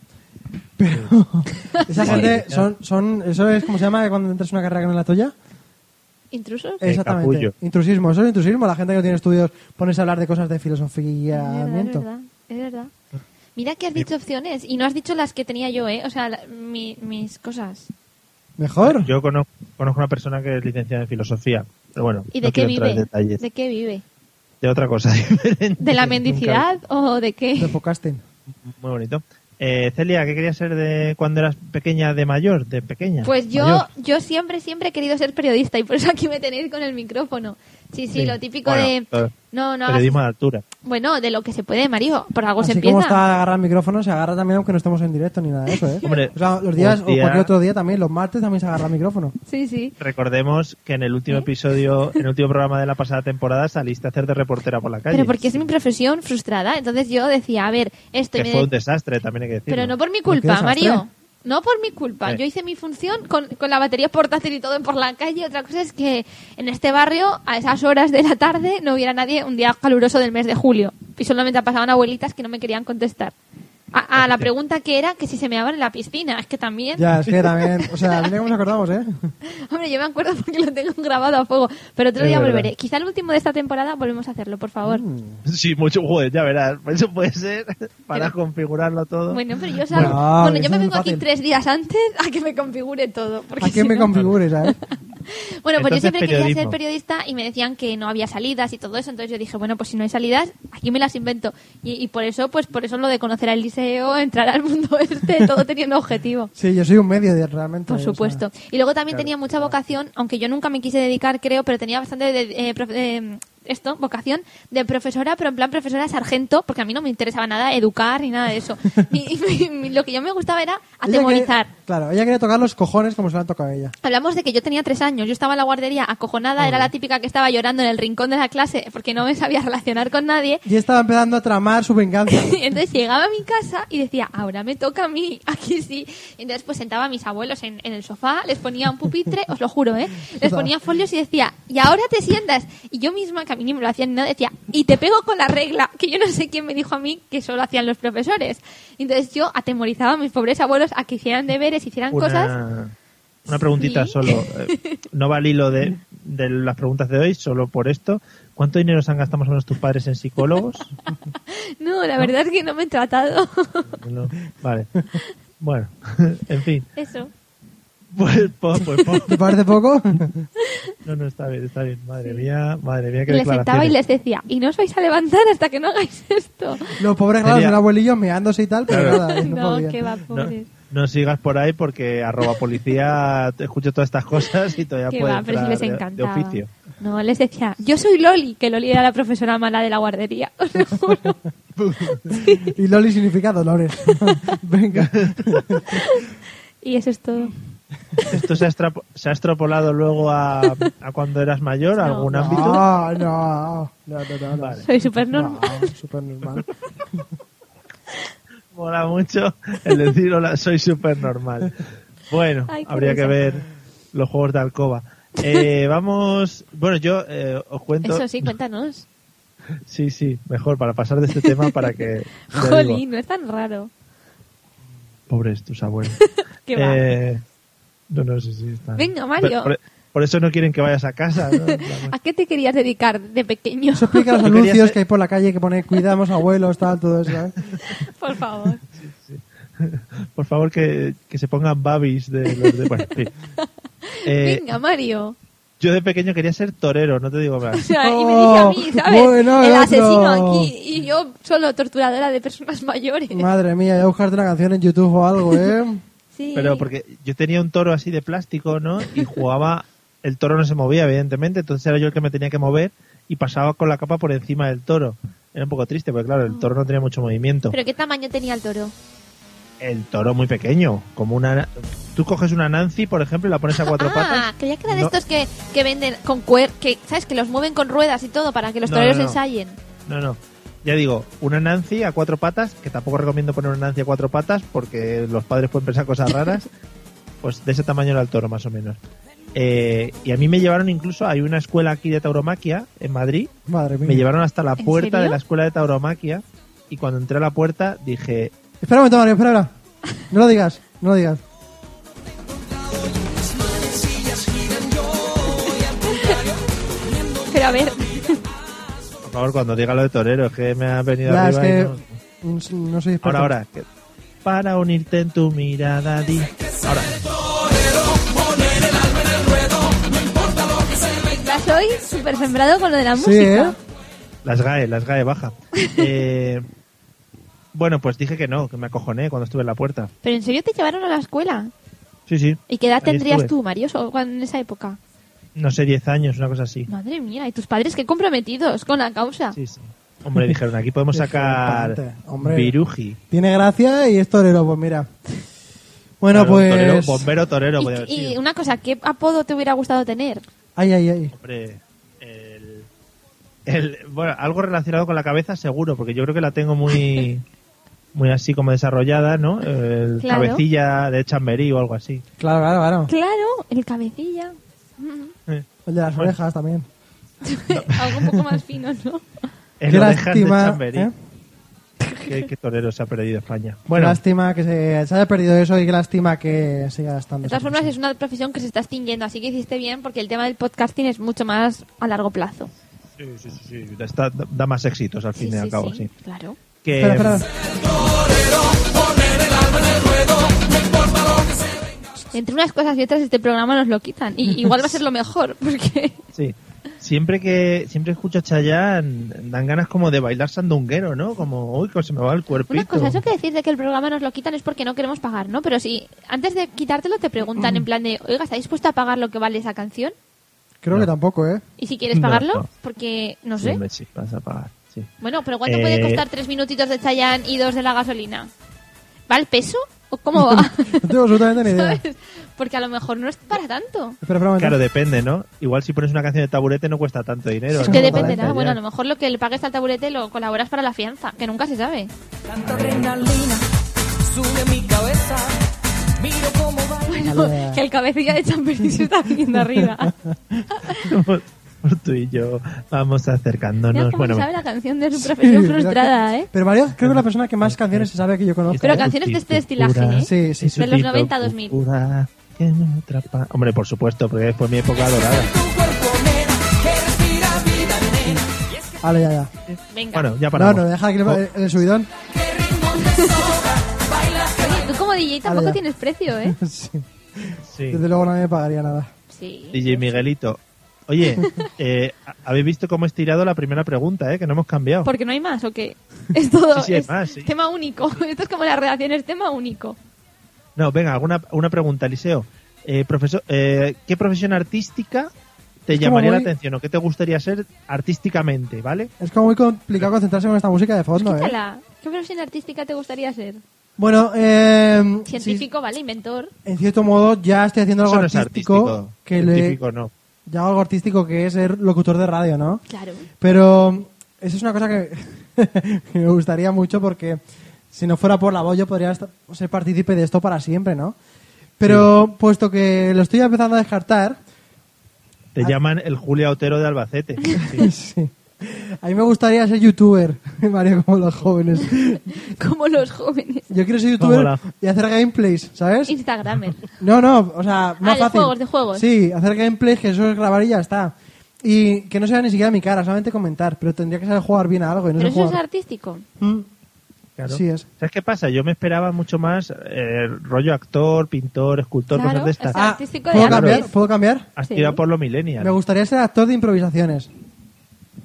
Speaker 3: Pero esa
Speaker 1: Sí,
Speaker 3: gente
Speaker 1: ya.
Speaker 3: son, son, eso es como se llama cuando entras en una carrera que no es la tuya.
Speaker 4: ¿Intrusos?
Speaker 1: Eh,
Speaker 3: Exactamente.
Speaker 1: capullo.
Speaker 3: Intrusismo, eso es intrusismo. La gente que no tiene estudios pones a hablar de cosas de filosofía.
Speaker 4: es, verdad, es
Speaker 3: miento.
Speaker 4: verdad, es verdad.
Speaker 1: Ah.
Speaker 4: Mira que has dicho opciones y no has dicho las que tenía yo, ¿eh? O sea, la- mi- mis cosas.
Speaker 3: Mejor.
Speaker 1: Yo cono- conozco, una persona que es licenciada en filosofía. Pero bueno,
Speaker 4: ¿Y
Speaker 1: no
Speaker 4: de qué
Speaker 1: quiero entrar
Speaker 4: vive?
Speaker 1: en detalles.
Speaker 4: ¿De qué vive?
Speaker 1: de otra cosa diferente.
Speaker 4: ¿De la mendicidad o de
Speaker 3: De
Speaker 4: qué?
Speaker 3: podcasting.
Speaker 1: Muy bonito. Eh, Celia, ¿qué querías ser de cuando eras pequeña de mayor? De pequeña.
Speaker 4: Pues yo,
Speaker 1: mayor?
Speaker 4: yo siempre, siempre he querido ser periodista y por eso aquí me tenéis con el micrófono. Sí, sí,
Speaker 1: Sí.
Speaker 4: lo típico
Speaker 1: Bueno,
Speaker 4: de...
Speaker 1: eh,
Speaker 4: No, no hagas-
Speaker 1: Periodismo de altura.
Speaker 4: Bueno, de lo que se puede, Mario. Por algo se
Speaker 3: Así
Speaker 4: empieza.
Speaker 3: como está agarrar el micrófono, se agarra también aunque no estemos en directo ni nada de eso, ¿eh?
Speaker 1: Hombre,
Speaker 3: o sea, los días,
Speaker 1: hostia.
Speaker 3: o cualquier otro día también, los martes también se agarra el micrófono.
Speaker 4: Sí, sí.
Speaker 1: Recordemos que en el último
Speaker 4: ¿Eh?
Speaker 1: episodio, en el último programa de la pasada temporada, saliste a hacer de reportera por la calle.
Speaker 4: Pero porque es mi profesión frustrada. Entonces yo decía, a ver, esto... y
Speaker 1: Que
Speaker 4: me
Speaker 1: fue
Speaker 4: de-
Speaker 1: un desastre, también hay que decirlo.
Speaker 4: Pero no por mi
Speaker 3: ¿Por qué
Speaker 4: culpa,
Speaker 3: desastre?
Speaker 4: Mario. No por mi culpa.
Speaker 1: Eh.
Speaker 4: Yo hice mi función con, con la batería portátil y todo por la calle. Otra cosa es que en este barrio, a esas horas de la tarde, no hubiera nadie un día caluroso del mes de julio. Y solamente pasaban abuelitas que no me querían contestar. A, a la pregunta que era que si se me en la piscina. Es que también...
Speaker 3: Ya, es que también, o sea, mira cómo nos acordamos, ¿eh?
Speaker 4: Hombre, yo me acuerdo porque lo tengo grabado a fuego. Pero otro
Speaker 1: Es
Speaker 4: día
Speaker 1: verdad.
Speaker 4: volveré. Quizá el último de esta temporada volvemos a hacerlo, por favor.
Speaker 3: Mm.
Speaker 1: Sí, mucho joder, ya verás. Eso puede ser para
Speaker 4: Pero-
Speaker 1: configurarlo todo.
Speaker 4: Bueno, pero yo salgo...
Speaker 3: Bueno, ah,
Speaker 4: Bueno,
Speaker 3: eso
Speaker 4: yo me
Speaker 3: es muy
Speaker 4: vengo aquí
Speaker 3: fácil.
Speaker 4: tres días antes a que me configure todo. Porque
Speaker 3: ¿A
Speaker 4: si
Speaker 3: quién me
Speaker 4: no-
Speaker 3: configures, ¿sabes?
Speaker 4: Bueno, pues yo
Speaker 1: Entonces,
Speaker 4: siempre quería ser
Speaker 1: periodismo.
Speaker 4: periodista y me decían que no había salidas y todo eso, entonces yo dije, bueno, pues si no hay salidas, aquí me las invento. Y, y por eso, pues por eso lo de conocer al liceo, entrar al mundo este, todo teniendo objetivo.
Speaker 3: Sí, yo soy un medio de- realmente. o
Speaker 4: Por
Speaker 3: sea.
Speaker 4: supuesto. y luego también tenía mucha vocación, aunque yo nunca me quise dedicar, creo, pero tenía bastante de, eh, profe- eh, esto, vocación de profesora, pero en plan profesora sargento, porque a mí no me interesaba nada educar ni nada de eso. Y, y- y lo que yo me gustaba era
Speaker 3: Ella quería-
Speaker 4: atemorizar.
Speaker 3: claro, ella quería tocar los cojones como se le han tocado a ella.
Speaker 4: Hablamos de que yo tenía tres años, yo estaba en la guardería acojonada, era la típica que estaba llorando en el rincón de la clase porque no me sabía relacionar con nadie.
Speaker 3: Y estaba empezando a tramar su venganza.
Speaker 4: Y entonces llegaba a mi casa y decía, ahora me toca a mí, aquí sí. Y entonces pues sentaba a mis abuelos en, en el sofá, les ponía un pupitre, os lo juro, ¿eh? Les ponía folios y decía, y ahora te sientas. Y yo misma, que a mí ni me lo hacían ni nada, decía, y te pego con la regla, que yo no sé quién me dijo a mí que solo hacían los profesores. Y entonces yo atemorizaba a mis pobres abuelos a que hicieran deberes, hicieran
Speaker 1: una,
Speaker 4: cosas.
Speaker 1: una preguntita
Speaker 4: Sí.
Speaker 1: solo. Eh, No va al hilo de, de las preguntas de hoy, solo por esto. ¿Cuánto dinero se han gastado más o menos tus padres en psicólogos?
Speaker 4: No, la verdad es que no me he tratado.
Speaker 1: No, Vale. Bueno, en fin.
Speaker 4: Eso.
Speaker 1: Pues, po- pues, po-
Speaker 3: ¿Te parece poco?
Speaker 1: No, no, está bien, está bien. Madre mía, madre mía, qué
Speaker 4: Les sentaba y
Speaker 1: declaraciones.
Speaker 4: les decía, y no os vais a levantar hasta que no hagáis esto.
Speaker 3: Los pobres, claro,
Speaker 1: Sería-
Speaker 3: son abuelillos meándose y tal, pero
Speaker 1: Claro.
Speaker 3: nada, Ah, no,
Speaker 4: No,
Speaker 3: podía.
Speaker 4: que va,
Speaker 1: No,
Speaker 4: pobres.
Speaker 1: no sigas por ahí porque arroba policía te escucho todas estas cosas y todavía
Speaker 4: Que
Speaker 1: puede
Speaker 4: va, pero si
Speaker 1: entrar
Speaker 4: les
Speaker 1: de-
Speaker 4: encantaba.
Speaker 1: de oficio.
Speaker 4: No, les decía, yo soy Loli, que Loli era la profesora mala de la guardería, os lo juro.
Speaker 3: Y Loli significa dolores. Venga.
Speaker 4: Y eso es todo.
Speaker 1: ¿Esto se ha, extrapo- se ha extrapolado luego a, a cuando eras mayor, a
Speaker 4: No.
Speaker 1: algún
Speaker 3: No,
Speaker 1: ámbito?
Speaker 3: no, no, no, no, no.
Speaker 4: Soy súper normal.
Speaker 3: No, súper normal.
Speaker 1: Mola mucho el decir hola, soy súper normal. Bueno,
Speaker 4: Ay, qué
Speaker 1: habría que
Speaker 4: risa.
Speaker 1: ver los juegos de alcoba. Eh, vamos, bueno, yo eh, os cuento.
Speaker 4: Eso sí, cuéntanos.
Speaker 1: sí, sí, mejor para pasar de este tema para que. ya digo,
Speaker 4: Jolín, no es tan raro.
Speaker 1: Pobres tus abuelos.
Speaker 4: Que va.
Speaker 1: Eh, no, no sé si están.
Speaker 4: Venga, Mario.
Speaker 1: Por, por- por eso no quieren que vayas a casa. ¿no?
Speaker 4: ¿A qué te querías dedicar de pequeño?
Speaker 3: Eso explica los
Speaker 1: Yo quería
Speaker 3: anuncios
Speaker 1: ser-
Speaker 3: que hay por la calle que pone cuidamos abuelos, tal, todo eso. ¿eh?
Speaker 4: Por favor.
Speaker 1: Por favor, que, que se pongan babis de los de. Bueno, en fin. Eh,
Speaker 4: Venga, Mario.
Speaker 1: Yo de pequeño quería ser torero, no te digo
Speaker 4: O
Speaker 1: más.
Speaker 4: sea, y me dice a mí,
Speaker 3: Oh,
Speaker 4: ¿sabes?
Speaker 3: bueno,
Speaker 4: el
Speaker 3: el otro.
Speaker 4: asesino aquí y yo solo torturadora de personas mayores.
Speaker 3: Madre mía, voy a buscarte una canción en YouTube o algo, ¿eh?
Speaker 4: Sí.
Speaker 1: Pero porque yo tenía un toro así de plástico, ¿no? Y jugaba, el toro no se movía, evidentemente, entonces era yo el que me tenía que mover y pasaba con la capa por encima del toro. Era un poco triste, porque claro, el toro no tenía mucho movimiento.
Speaker 4: Ah. ¿Pero qué tamaño tenía el toro?
Speaker 1: El toro muy pequeño, como una... Tú coges una Nancy, por ejemplo, y la pones a cuatro
Speaker 4: ah,
Speaker 1: patas.
Speaker 4: creía que era de
Speaker 1: No.
Speaker 4: estos que, que venden con cuer... que sabes que los mueven con ruedas y todo para que los
Speaker 1: No,
Speaker 4: toreros
Speaker 1: no, no.
Speaker 4: ensayen.
Speaker 1: No, no. Ya digo, una Nancy a cuatro patas, que tampoco recomiendo poner una Nancy a cuatro patas porque los padres pueden pensar cosas raras. Pues de ese tamaño era el toro, más o menos. Eh, y a mí me llevaron incluso, hay una escuela aquí de tauromaquia en Madrid,
Speaker 3: Madre mía.
Speaker 1: me llevaron hasta la
Speaker 4: ¿En
Speaker 1: puerta
Speaker 4: serio?
Speaker 1: de la escuela de tauromaquia y cuando entré a la puerta dije,
Speaker 3: Espera un momento, Mario, espera, espera. No lo digas, no lo digas.
Speaker 4: Pero a ver,
Speaker 1: por favor, cuando diga lo de torero, es que me ha venido
Speaker 3: Ya, es
Speaker 1: arriba. y
Speaker 3: que
Speaker 1: no-
Speaker 3: mm, no soy experto.
Speaker 1: Ahora, ahora. que- Para unirte en tu mirada, di. Ahora.
Speaker 4: estás hoy súper sembrado con lo de la
Speaker 3: Sí,
Speaker 4: música.
Speaker 3: ¿eh?
Speaker 1: Las GAE, las GAE baja. Eh, bueno, pues dije que no, que me acojoné cuando estuve en la puerta.
Speaker 4: Pero en serio te llevaron a la escuela.
Speaker 1: Sí, sí.
Speaker 4: ¿Y qué edad
Speaker 1: Ahí
Speaker 4: tendrías
Speaker 1: estuve.
Speaker 4: tú, Marioso, cuando- en esa época?
Speaker 1: No sé, 10 años, una cosa así.
Speaker 4: Madre mía, y tus padres qué comprometidos con la causa.
Speaker 1: Sí, sí. Hombre, dijeron, aquí podemos
Speaker 3: Dijeron,
Speaker 1: sacar
Speaker 3: "Pa'lante, hombre".
Speaker 1: viruji.
Speaker 3: Tiene gracia y es torero, pues mira. Bueno,
Speaker 1: Claro, torero,
Speaker 3: pues.
Speaker 1: bombero torero,
Speaker 4: Y-
Speaker 1: podía haber
Speaker 4: y,
Speaker 1: sido.
Speaker 4: una cosa, ¿qué apodo te hubiera gustado tener?
Speaker 3: Ay, ay, ay.
Speaker 1: Hombre, el, el- bueno, algo relacionado con la cabeza seguro, porque yo creo que la tengo muy muy así como desarrollada, ¿no? El
Speaker 4: Claro.
Speaker 1: cabecilla de chamberí o algo así.
Speaker 3: Claro, claro, claro.
Speaker 4: Claro, el cabecilla. Mm,
Speaker 1: Eh,
Speaker 3: El de las orejas también.
Speaker 4: Algo un poco más fino, ¿no?
Speaker 1: El
Speaker 3: Qué
Speaker 1: orejas de
Speaker 3: lástima,
Speaker 1: chamberí.
Speaker 3: ¿eh?
Speaker 1: Qué, qué torero se ha perdido España.
Speaker 3: Bueno.
Speaker 1: Bueno,
Speaker 3: Lástima que se, se haya perdido eso y qué lástima que siga estando.
Speaker 4: De todas formas, es una profesión que se está extinguiendo, así que hiciste bien porque el tema del podcasting es mucho más a largo plazo.
Speaker 1: sí, sí, sí, sí, está- da más éxitos al fin y al cabo, sí.
Speaker 4: Claro.
Speaker 1: Que, mm,
Speaker 3: Espera, espera.
Speaker 4: Entre unas cosas y otras, este programa nos lo quitan. Y igual va a ser lo mejor, porque.
Speaker 1: Sí. Siempre que siempre escucho a Chayanne, dan ganas como de bailar sandunguero, ¿no? Como, uy, que se me va el cuerpito.
Speaker 4: Una cosa, eso que decir de que el programa nos lo quitan es porque no queremos pagar, ¿no? Pero si antes de quitártelo te
Speaker 1: Mm.
Speaker 4: preguntan en plan de, oiga, ¿está dispuesto a pagar lo que vale esa canción?
Speaker 3: Creo que tampoco, ¿eh?
Speaker 4: Y si quieres
Speaker 1: No,
Speaker 4: pagarlo,
Speaker 1: no.
Speaker 4: porque no
Speaker 1: Sí,
Speaker 4: sé.
Speaker 1: hombre, sí, vas a pagar, sí.
Speaker 4: Bueno, pero ¿cuánto
Speaker 1: Eh,
Speaker 4: puede costar tres minutitos de Chayanne y dos de la gasolina? ¿Va el peso? ¿O cómo va?
Speaker 3: No tengo absolutamente ni idea.
Speaker 4: ¿Sabes? Porque a lo mejor no es para tanto.
Speaker 3: Espera, espera un momento.
Speaker 1: Claro, depende, ¿no? Igual si pones una canción de taburete no cuesta tanto dinero.
Speaker 4: Es
Speaker 1: ¿no?
Speaker 4: que
Speaker 3: no,
Speaker 4: dependerá.
Speaker 1: Para
Speaker 4: Bueno, a lo
Speaker 1: ensayar.
Speaker 4: mejor lo que le pagues al taburete lo colaboras para la fianza, que nunca se sabe.
Speaker 5: Tanta adrenalina sube mi cabeza. Miro cómo va.
Speaker 4: Bueno,
Speaker 3: Vale.
Speaker 4: que el cabecilla de Chamberlain se está viniendo arriba.
Speaker 1: Tú y yo vamos
Speaker 4: Mira
Speaker 1: acercándonos.
Speaker 4: cómo
Speaker 1: Bueno,
Speaker 4: sabe la canción de su
Speaker 3: Sí,
Speaker 4: profesión
Speaker 3: mira que-
Speaker 4: frustrada, ¿eh?
Speaker 3: Pero Mario creo que es la persona que más canciones se sabe que yo conozco.
Speaker 4: Pero
Speaker 3: ¿eh?
Speaker 4: canciones de este estilaje, ¿eh?
Speaker 3: Sí, sí,
Speaker 1: es
Speaker 3: sí.
Speaker 4: De
Speaker 1: un
Speaker 4: los
Speaker 1: tipo
Speaker 4: 90 a 2000.
Speaker 1: cultura que me atrapa. Hombre, por supuesto, porque fue mi época dorada.
Speaker 5: Tu cuerpo, nena, que respira vida, nena.
Speaker 3: Vale, ya, ya.
Speaker 4: Venga.
Speaker 1: Bueno, ya
Speaker 3: No,
Speaker 1: paramos.
Speaker 3: no, deja aquí el, el-
Speaker 1: Oh.
Speaker 3: el subidón.
Speaker 5: Que ritmo te sobra. Baila,
Speaker 4: Oye, tú como DJ tampoco
Speaker 3: ya.
Speaker 4: tienes precio, ¿eh?
Speaker 3: Sí.
Speaker 1: Oh, Sí.
Speaker 3: Desde luego nadie me pagaría nada.
Speaker 4: Sí.
Speaker 1: DJ Miguelito. Oye, eh, habéis visto cómo he estirado la primera pregunta, ¿eh? Que no hemos cambiado.
Speaker 4: Porque no hay más, ¿o qué? Es todo.
Speaker 1: Sí, sí, hay
Speaker 4: es
Speaker 1: más, sí.
Speaker 4: Tema único. Esto es como las redacciones, tema único.
Speaker 1: No, venga, alguna, una pregunta, Eliseo. Eh, profesor, eh, ¿Qué profesión artística te
Speaker 3: Es como
Speaker 1: llamaría
Speaker 3: muy-
Speaker 1: la atención o qué te gustaría ser artísticamente, ¿vale?
Speaker 3: Es como muy complicado concentrarse con esta música de fondo, ¿eh?
Speaker 4: Quítala. ¿Qué profesión artística te gustaría ser?
Speaker 3: Bueno, eh,
Speaker 4: Científico, ¿vale? Inventor.
Speaker 3: sí, en cierto modo ya estoy haciendo algo
Speaker 1: Eso no es
Speaker 3: artístico,
Speaker 1: artístico.
Speaker 3: que le,
Speaker 1: Científico no.
Speaker 3: ya algo artístico que es ser locutor de radio, ¿no?
Speaker 4: Claro.
Speaker 3: Pero em, eso es una cosa que, que me gustaría mucho porque si no fuera por la voz yo podría est- ser partícipe de esto para siempre, ¿no? Pero puesto que lo estoy empezando a descartar, Ah.
Speaker 1: Te llaman el Julia Otero de Albacete. Sí.
Speaker 3: sí. a mí me gustaría ser youtuber, Mario, como los jóvenes.
Speaker 4: Como los jóvenes.
Speaker 3: Yo quiero ser
Speaker 1: Como
Speaker 3: youtuber
Speaker 1: la-
Speaker 3: y hacer gameplays, ¿sabes?
Speaker 4: Instagramer.
Speaker 3: No, no, o sea, más
Speaker 4: Ah, de
Speaker 3: fácil.
Speaker 4: juegos, de juegos.
Speaker 3: Sí, hacer gameplays, que eso es grabar y ya está. Y que no sea ni siquiera mi cara, solamente comentar, pero tendría que saber jugar bien a algo y no
Speaker 4: Pero
Speaker 3: sé
Speaker 4: eso es
Speaker 3: jugar.
Speaker 4: artístico.
Speaker 3: Mm,
Speaker 1: Claro.
Speaker 3: Sí es.
Speaker 1: ¿Sabes qué pasa? Yo me esperaba mucho más eh, rollo actor, pintor, escultor,
Speaker 4: Claro,
Speaker 1: cosas de estas.
Speaker 4: o sea, artístico de
Speaker 3: Ah, ¿puedo
Speaker 4: antes.
Speaker 3: cambiar? ¿Puedo cambiar?
Speaker 1: Has
Speaker 4: sí.
Speaker 1: tirado por lo
Speaker 3: Me
Speaker 1: millennial.
Speaker 3: gustaría ser actor de improvisaciones.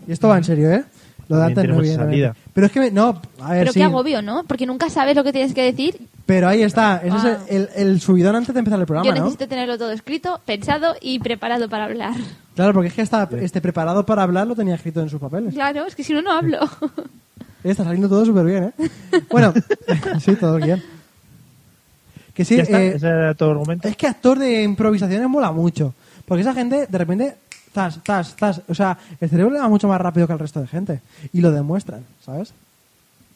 Speaker 3: Y esto va en serio, ¿eh? Lo
Speaker 1: También
Speaker 3: de antes no
Speaker 1: tiene mucha
Speaker 3: viene.
Speaker 1: salida.
Speaker 3: Pero es que me- no, a ver,
Speaker 4: Pero
Speaker 3: sí.
Speaker 4: qué agobio, ¿no? Porque nunca sabes lo que tienes que decir.
Speaker 3: Pero ahí está, ese
Speaker 4: Ah.
Speaker 3: es el, el subidón antes de empezar el programa,
Speaker 4: Yo
Speaker 3: ¿no?
Speaker 4: necesito tenerlo todo escrito, pensado y preparado para hablar.
Speaker 3: Claro, porque es que está este preparado para hablar lo tenía escrito en sus papeles.
Speaker 4: Claro, es que si no, no hablo.
Speaker 3: Está saliendo todo súper bien, ¿eh? Bueno, sí, todo bien. Que sí,
Speaker 1: ¿Ya está?
Speaker 3: eh,
Speaker 1: ¿Ese era tu argumento?
Speaker 3: es que actor de improvisaciones mola mucho. Porque esa gente, de repente, tas, tas, tas. O sea, el cerebro le va mucho más rápido que el resto de gente. Y lo demuestran, ¿sabes?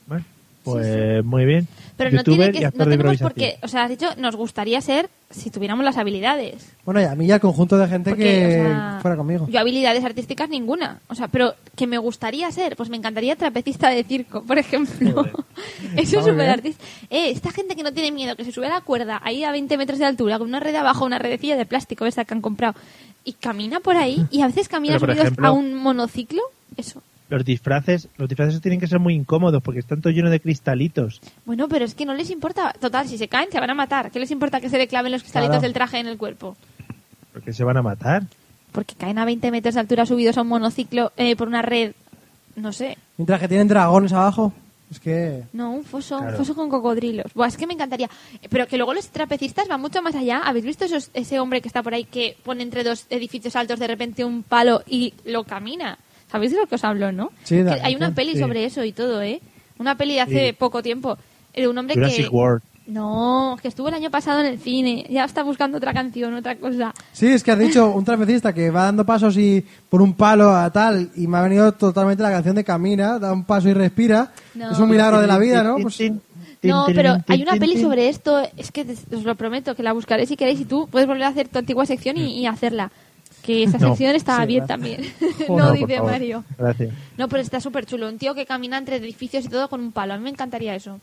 Speaker 1: Bueno, pues muy bien.
Speaker 4: Pero no,
Speaker 1: YouTuber
Speaker 4: tiene
Speaker 1: y
Speaker 4: que,
Speaker 1: actor
Speaker 4: no
Speaker 1: de
Speaker 4: tenemos por
Speaker 1: improvisación.
Speaker 4: qué. O sea, has dicho, nos gustaría ser si tuviéramos las habilidades.
Speaker 3: Bueno, y a mí y al conjunto de gente
Speaker 4: Porque,
Speaker 3: que
Speaker 4: o sea,
Speaker 3: fuera conmigo.
Speaker 4: Yo habilidades artísticas ninguna. O sea, pero que me gustaría ser, pues me encantaría trapecista de circo, por ejemplo.
Speaker 1: Joder.
Speaker 4: Eso es
Speaker 3: Está muy
Speaker 4: súper
Speaker 3: bien.
Speaker 4: artístico. Eh, esta gente que no tiene miedo, que se sube a la cuerda ahí a 20 metros de altura, con una red abajo, una redecilla de plástico esa que han comprado, y camina por ahí, y a veces camina
Speaker 1: Pero, por
Speaker 4: subidos
Speaker 1: ejemplo-
Speaker 4: a un monociclo. Eso.
Speaker 1: Los disfraces, los disfraces tienen que ser muy incómodos porque están todos llenos de cristalitos.
Speaker 4: Bueno, pero es que no les importa. Total, si se caen, se van a matar. ¿Qué les importa que se le claven los cristalitos
Speaker 3: Claro.
Speaker 4: del traje en el cuerpo?
Speaker 1: Porque se van a matar.
Speaker 4: Porque caen a 20 metros de altura subidos a un monociclo eh, por una red. No sé.
Speaker 3: Mientras que tienen dragones abajo. Es que.
Speaker 4: No, un foso, un foso con cocodrilos. Buah, es que me encantaría. Pero que luego los trapecistas van mucho más allá. ¿Habéis visto esos- ese hombre que está por ahí que pone entre dos edificios altos de repente un palo y lo camina? ¿Sabéis de lo que os hablo, no?
Speaker 3: Sí, de
Speaker 4: Que
Speaker 3: la
Speaker 4: hay una
Speaker 3: canción,
Speaker 4: peli
Speaker 1: sí.
Speaker 4: sobre eso y todo, ¿eh? Una peli de hace
Speaker 1: Sí.
Speaker 4: poco tiempo. Eh, un hombre
Speaker 1: Jurassic
Speaker 4: que...
Speaker 1: World.
Speaker 4: No, que estuvo el año pasado en el cine. Ya está buscando otra canción, otra cosa.
Speaker 3: Sí, es que has dicho un trapecista que va dando pasos y por un palo a tal. Y me ha venido totalmente la canción de Camina, da un paso y respira.
Speaker 4: No.
Speaker 3: Es un milagro de la vida, ¿no? Pues-
Speaker 4: No, pero hay una peli sobre esto, es que des- os lo prometo, que la buscaré si queréis y tú puedes volver a hacer tu antigua sección y, y hacerla. Que esa
Speaker 1: No.
Speaker 4: sección está
Speaker 3: Sí,
Speaker 4: bien
Speaker 3: gracias.
Speaker 4: también.
Speaker 1: Joder,
Speaker 4: no,
Speaker 1: por
Speaker 4: dice
Speaker 1: favor.
Speaker 4: Mario.
Speaker 1: Gracias.
Speaker 4: No, pero está súper chulo. Un tío que camina entre edificios y todo con un palo. A mí me encantaría eso.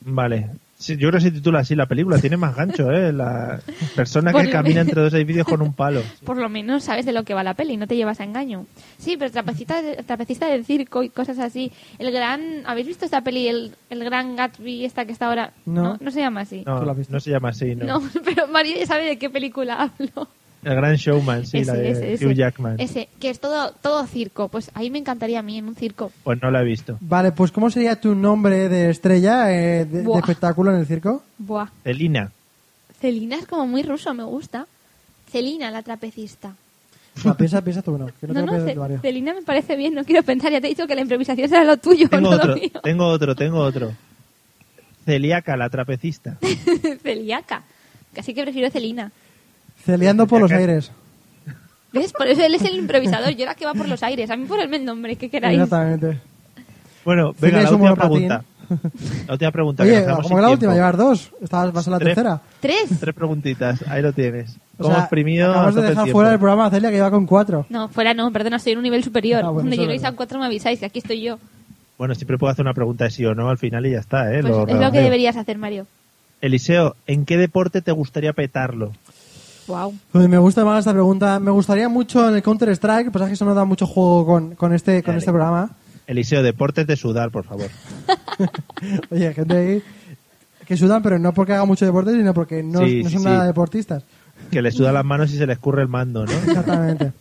Speaker 1: Vale. Sí, yo creo que se titula así la película. Tiene más gancho, ¿eh? La persona
Speaker 4: Por
Speaker 1: que
Speaker 4: lo
Speaker 1: camina
Speaker 4: menos.
Speaker 1: entre dos edificios con un palo.
Speaker 4: Por lo menos sabes de lo que va la peli, no te llevas a engaño. Sí, pero trapecista, trapecista de circo y cosas así. El gran... ¿Habéis visto esta peli? El, el gran Gatsby, esta que está ahora...
Speaker 3: No.
Speaker 4: No, no se llama así.
Speaker 1: No,
Speaker 3: ¿Tú la has visto?
Speaker 1: no se llama así, ¿no?
Speaker 4: No, pero Mario ya sabe de qué película hablo.
Speaker 1: El gran showman, sí, la de Hugh Jackman.
Speaker 4: ese, que es todo, todo circo. Pues ahí me encantaría a mí, en un circo.
Speaker 1: Pues no la he visto.
Speaker 3: Vale, pues ¿cómo sería tu nombre de estrella eh, de, de
Speaker 4: Buah.
Speaker 3: espectáculo en el circo?
Speaker 4: Buah,
Speaker 1: Elina.
Speaker 4: Celina es como muy ruso, me gusta. Celina, la trapecista.
Speaker 3: No, piensa, piensa tú, no. Que no,
Speaker 4: No,
Speaker 3: tengo
Speaker 4: no,
Speaker 3: piensa
Speaker 4: Ce-
Speaker 3: tú, Mario.
Speaker 4: Celina me parece bien, no quiero pensar, ya te he dicho que la improvisación será lo tuyo,
Speaker 1: Tengo
Speaker 4: no
Speaker 1: otro,
Speaker 4: lo mío.
Speaker 1: tengo otro, tengo otro. Celíaca, la trapecista.
Speaker 4: Celíaca. Así que prefiero Celina.
Speaker 3: Celeando por los
Speaker 1: Acá-
Speaker 3: aires.
Speaker 4: ¿Ves? Por eso él es el improvisador, yo la que va por los aires. A mí por el nombre que queráis.
Speaker 3: Exactamente.
Speaker 1: Bueno, venga,
Speaker 3: Celia es
Speaker 1: la
Speaker 3: un
Speaker 1: última
Speaker 3: monopatín.
Speaker 1: pregunta. La última pregunta. que
Speaker 3: Oye,
Speaker 1: nos quedamos
Speaker 3: como
Speaker 1: sin
Speaker 3: que la
Speaker 1: tiempo.
Speaker 3: última, llevar dos. Estabas, vas a la
Speaker 1: Tres.
Speaker 3: tercera.
Speaker 4: ¿Tres?
Speaker 1: Tres preguntitas, ahí lo tienes.
Speaker 3: O
Speaker 1: Como
Speaker 3: sea,
Speaker 1: exprimido.
Speaker 3: acabas de
Speaker 1: a tope
Speaker 3: dejar
Speaker 1: el
Speaker 3: fuera del
Speaker 1: tiempo.
Speaker 3: programa a Celia que iba con cuatro.
Speaker 4: No, fuera no, perdona, estoy en un nivel superior.
Speaker 3: Ah, bueno,
Speaker 4: Donde
Speaker 3: eso es
Speaker 4: lleguéis
Speaker 3: verdad.
Speaker 4: a cuatro me avisáis, que aquí estoy yo.
Speaker 1: Bueno, siempre puedo hacer una pregunta de sí o no al final y ya está, ¿eh?
Speaker 4: Pues
Speaker 1: Lo
Speaker 4: es lo que
Speaker 1: redondeo.
Speaker 4: deberías hacer, Mario.
Speaker 1: Eliseo, ¿en qué deporte te gustaría petarlo?
Speaker 4: Wow.
Speaker 3: Uy, me gusta más esta pregunta. Me gustaría mucho en el Counter Strike, pues es que eso no da mucho juego con, con este con
Speaker 1: Dale.
Speaker 3: este programa.
Speaker 1: Eliseo, deportes de sudar, por favor.
Speaker 3: Oye, gente ahí que sudan, pero no porque haga mucho deporte, sino porque no,
Speaker 1: Sí,
Speaker 3: no
Speaker 1: sí,
Speaker 3: son
Speaker 1: sí.
Speaker 3: nada deportistas.
Speaker 1: Que le suda las manos y se le escurre el mando, ¿no?
Speaker 3: Exactamente.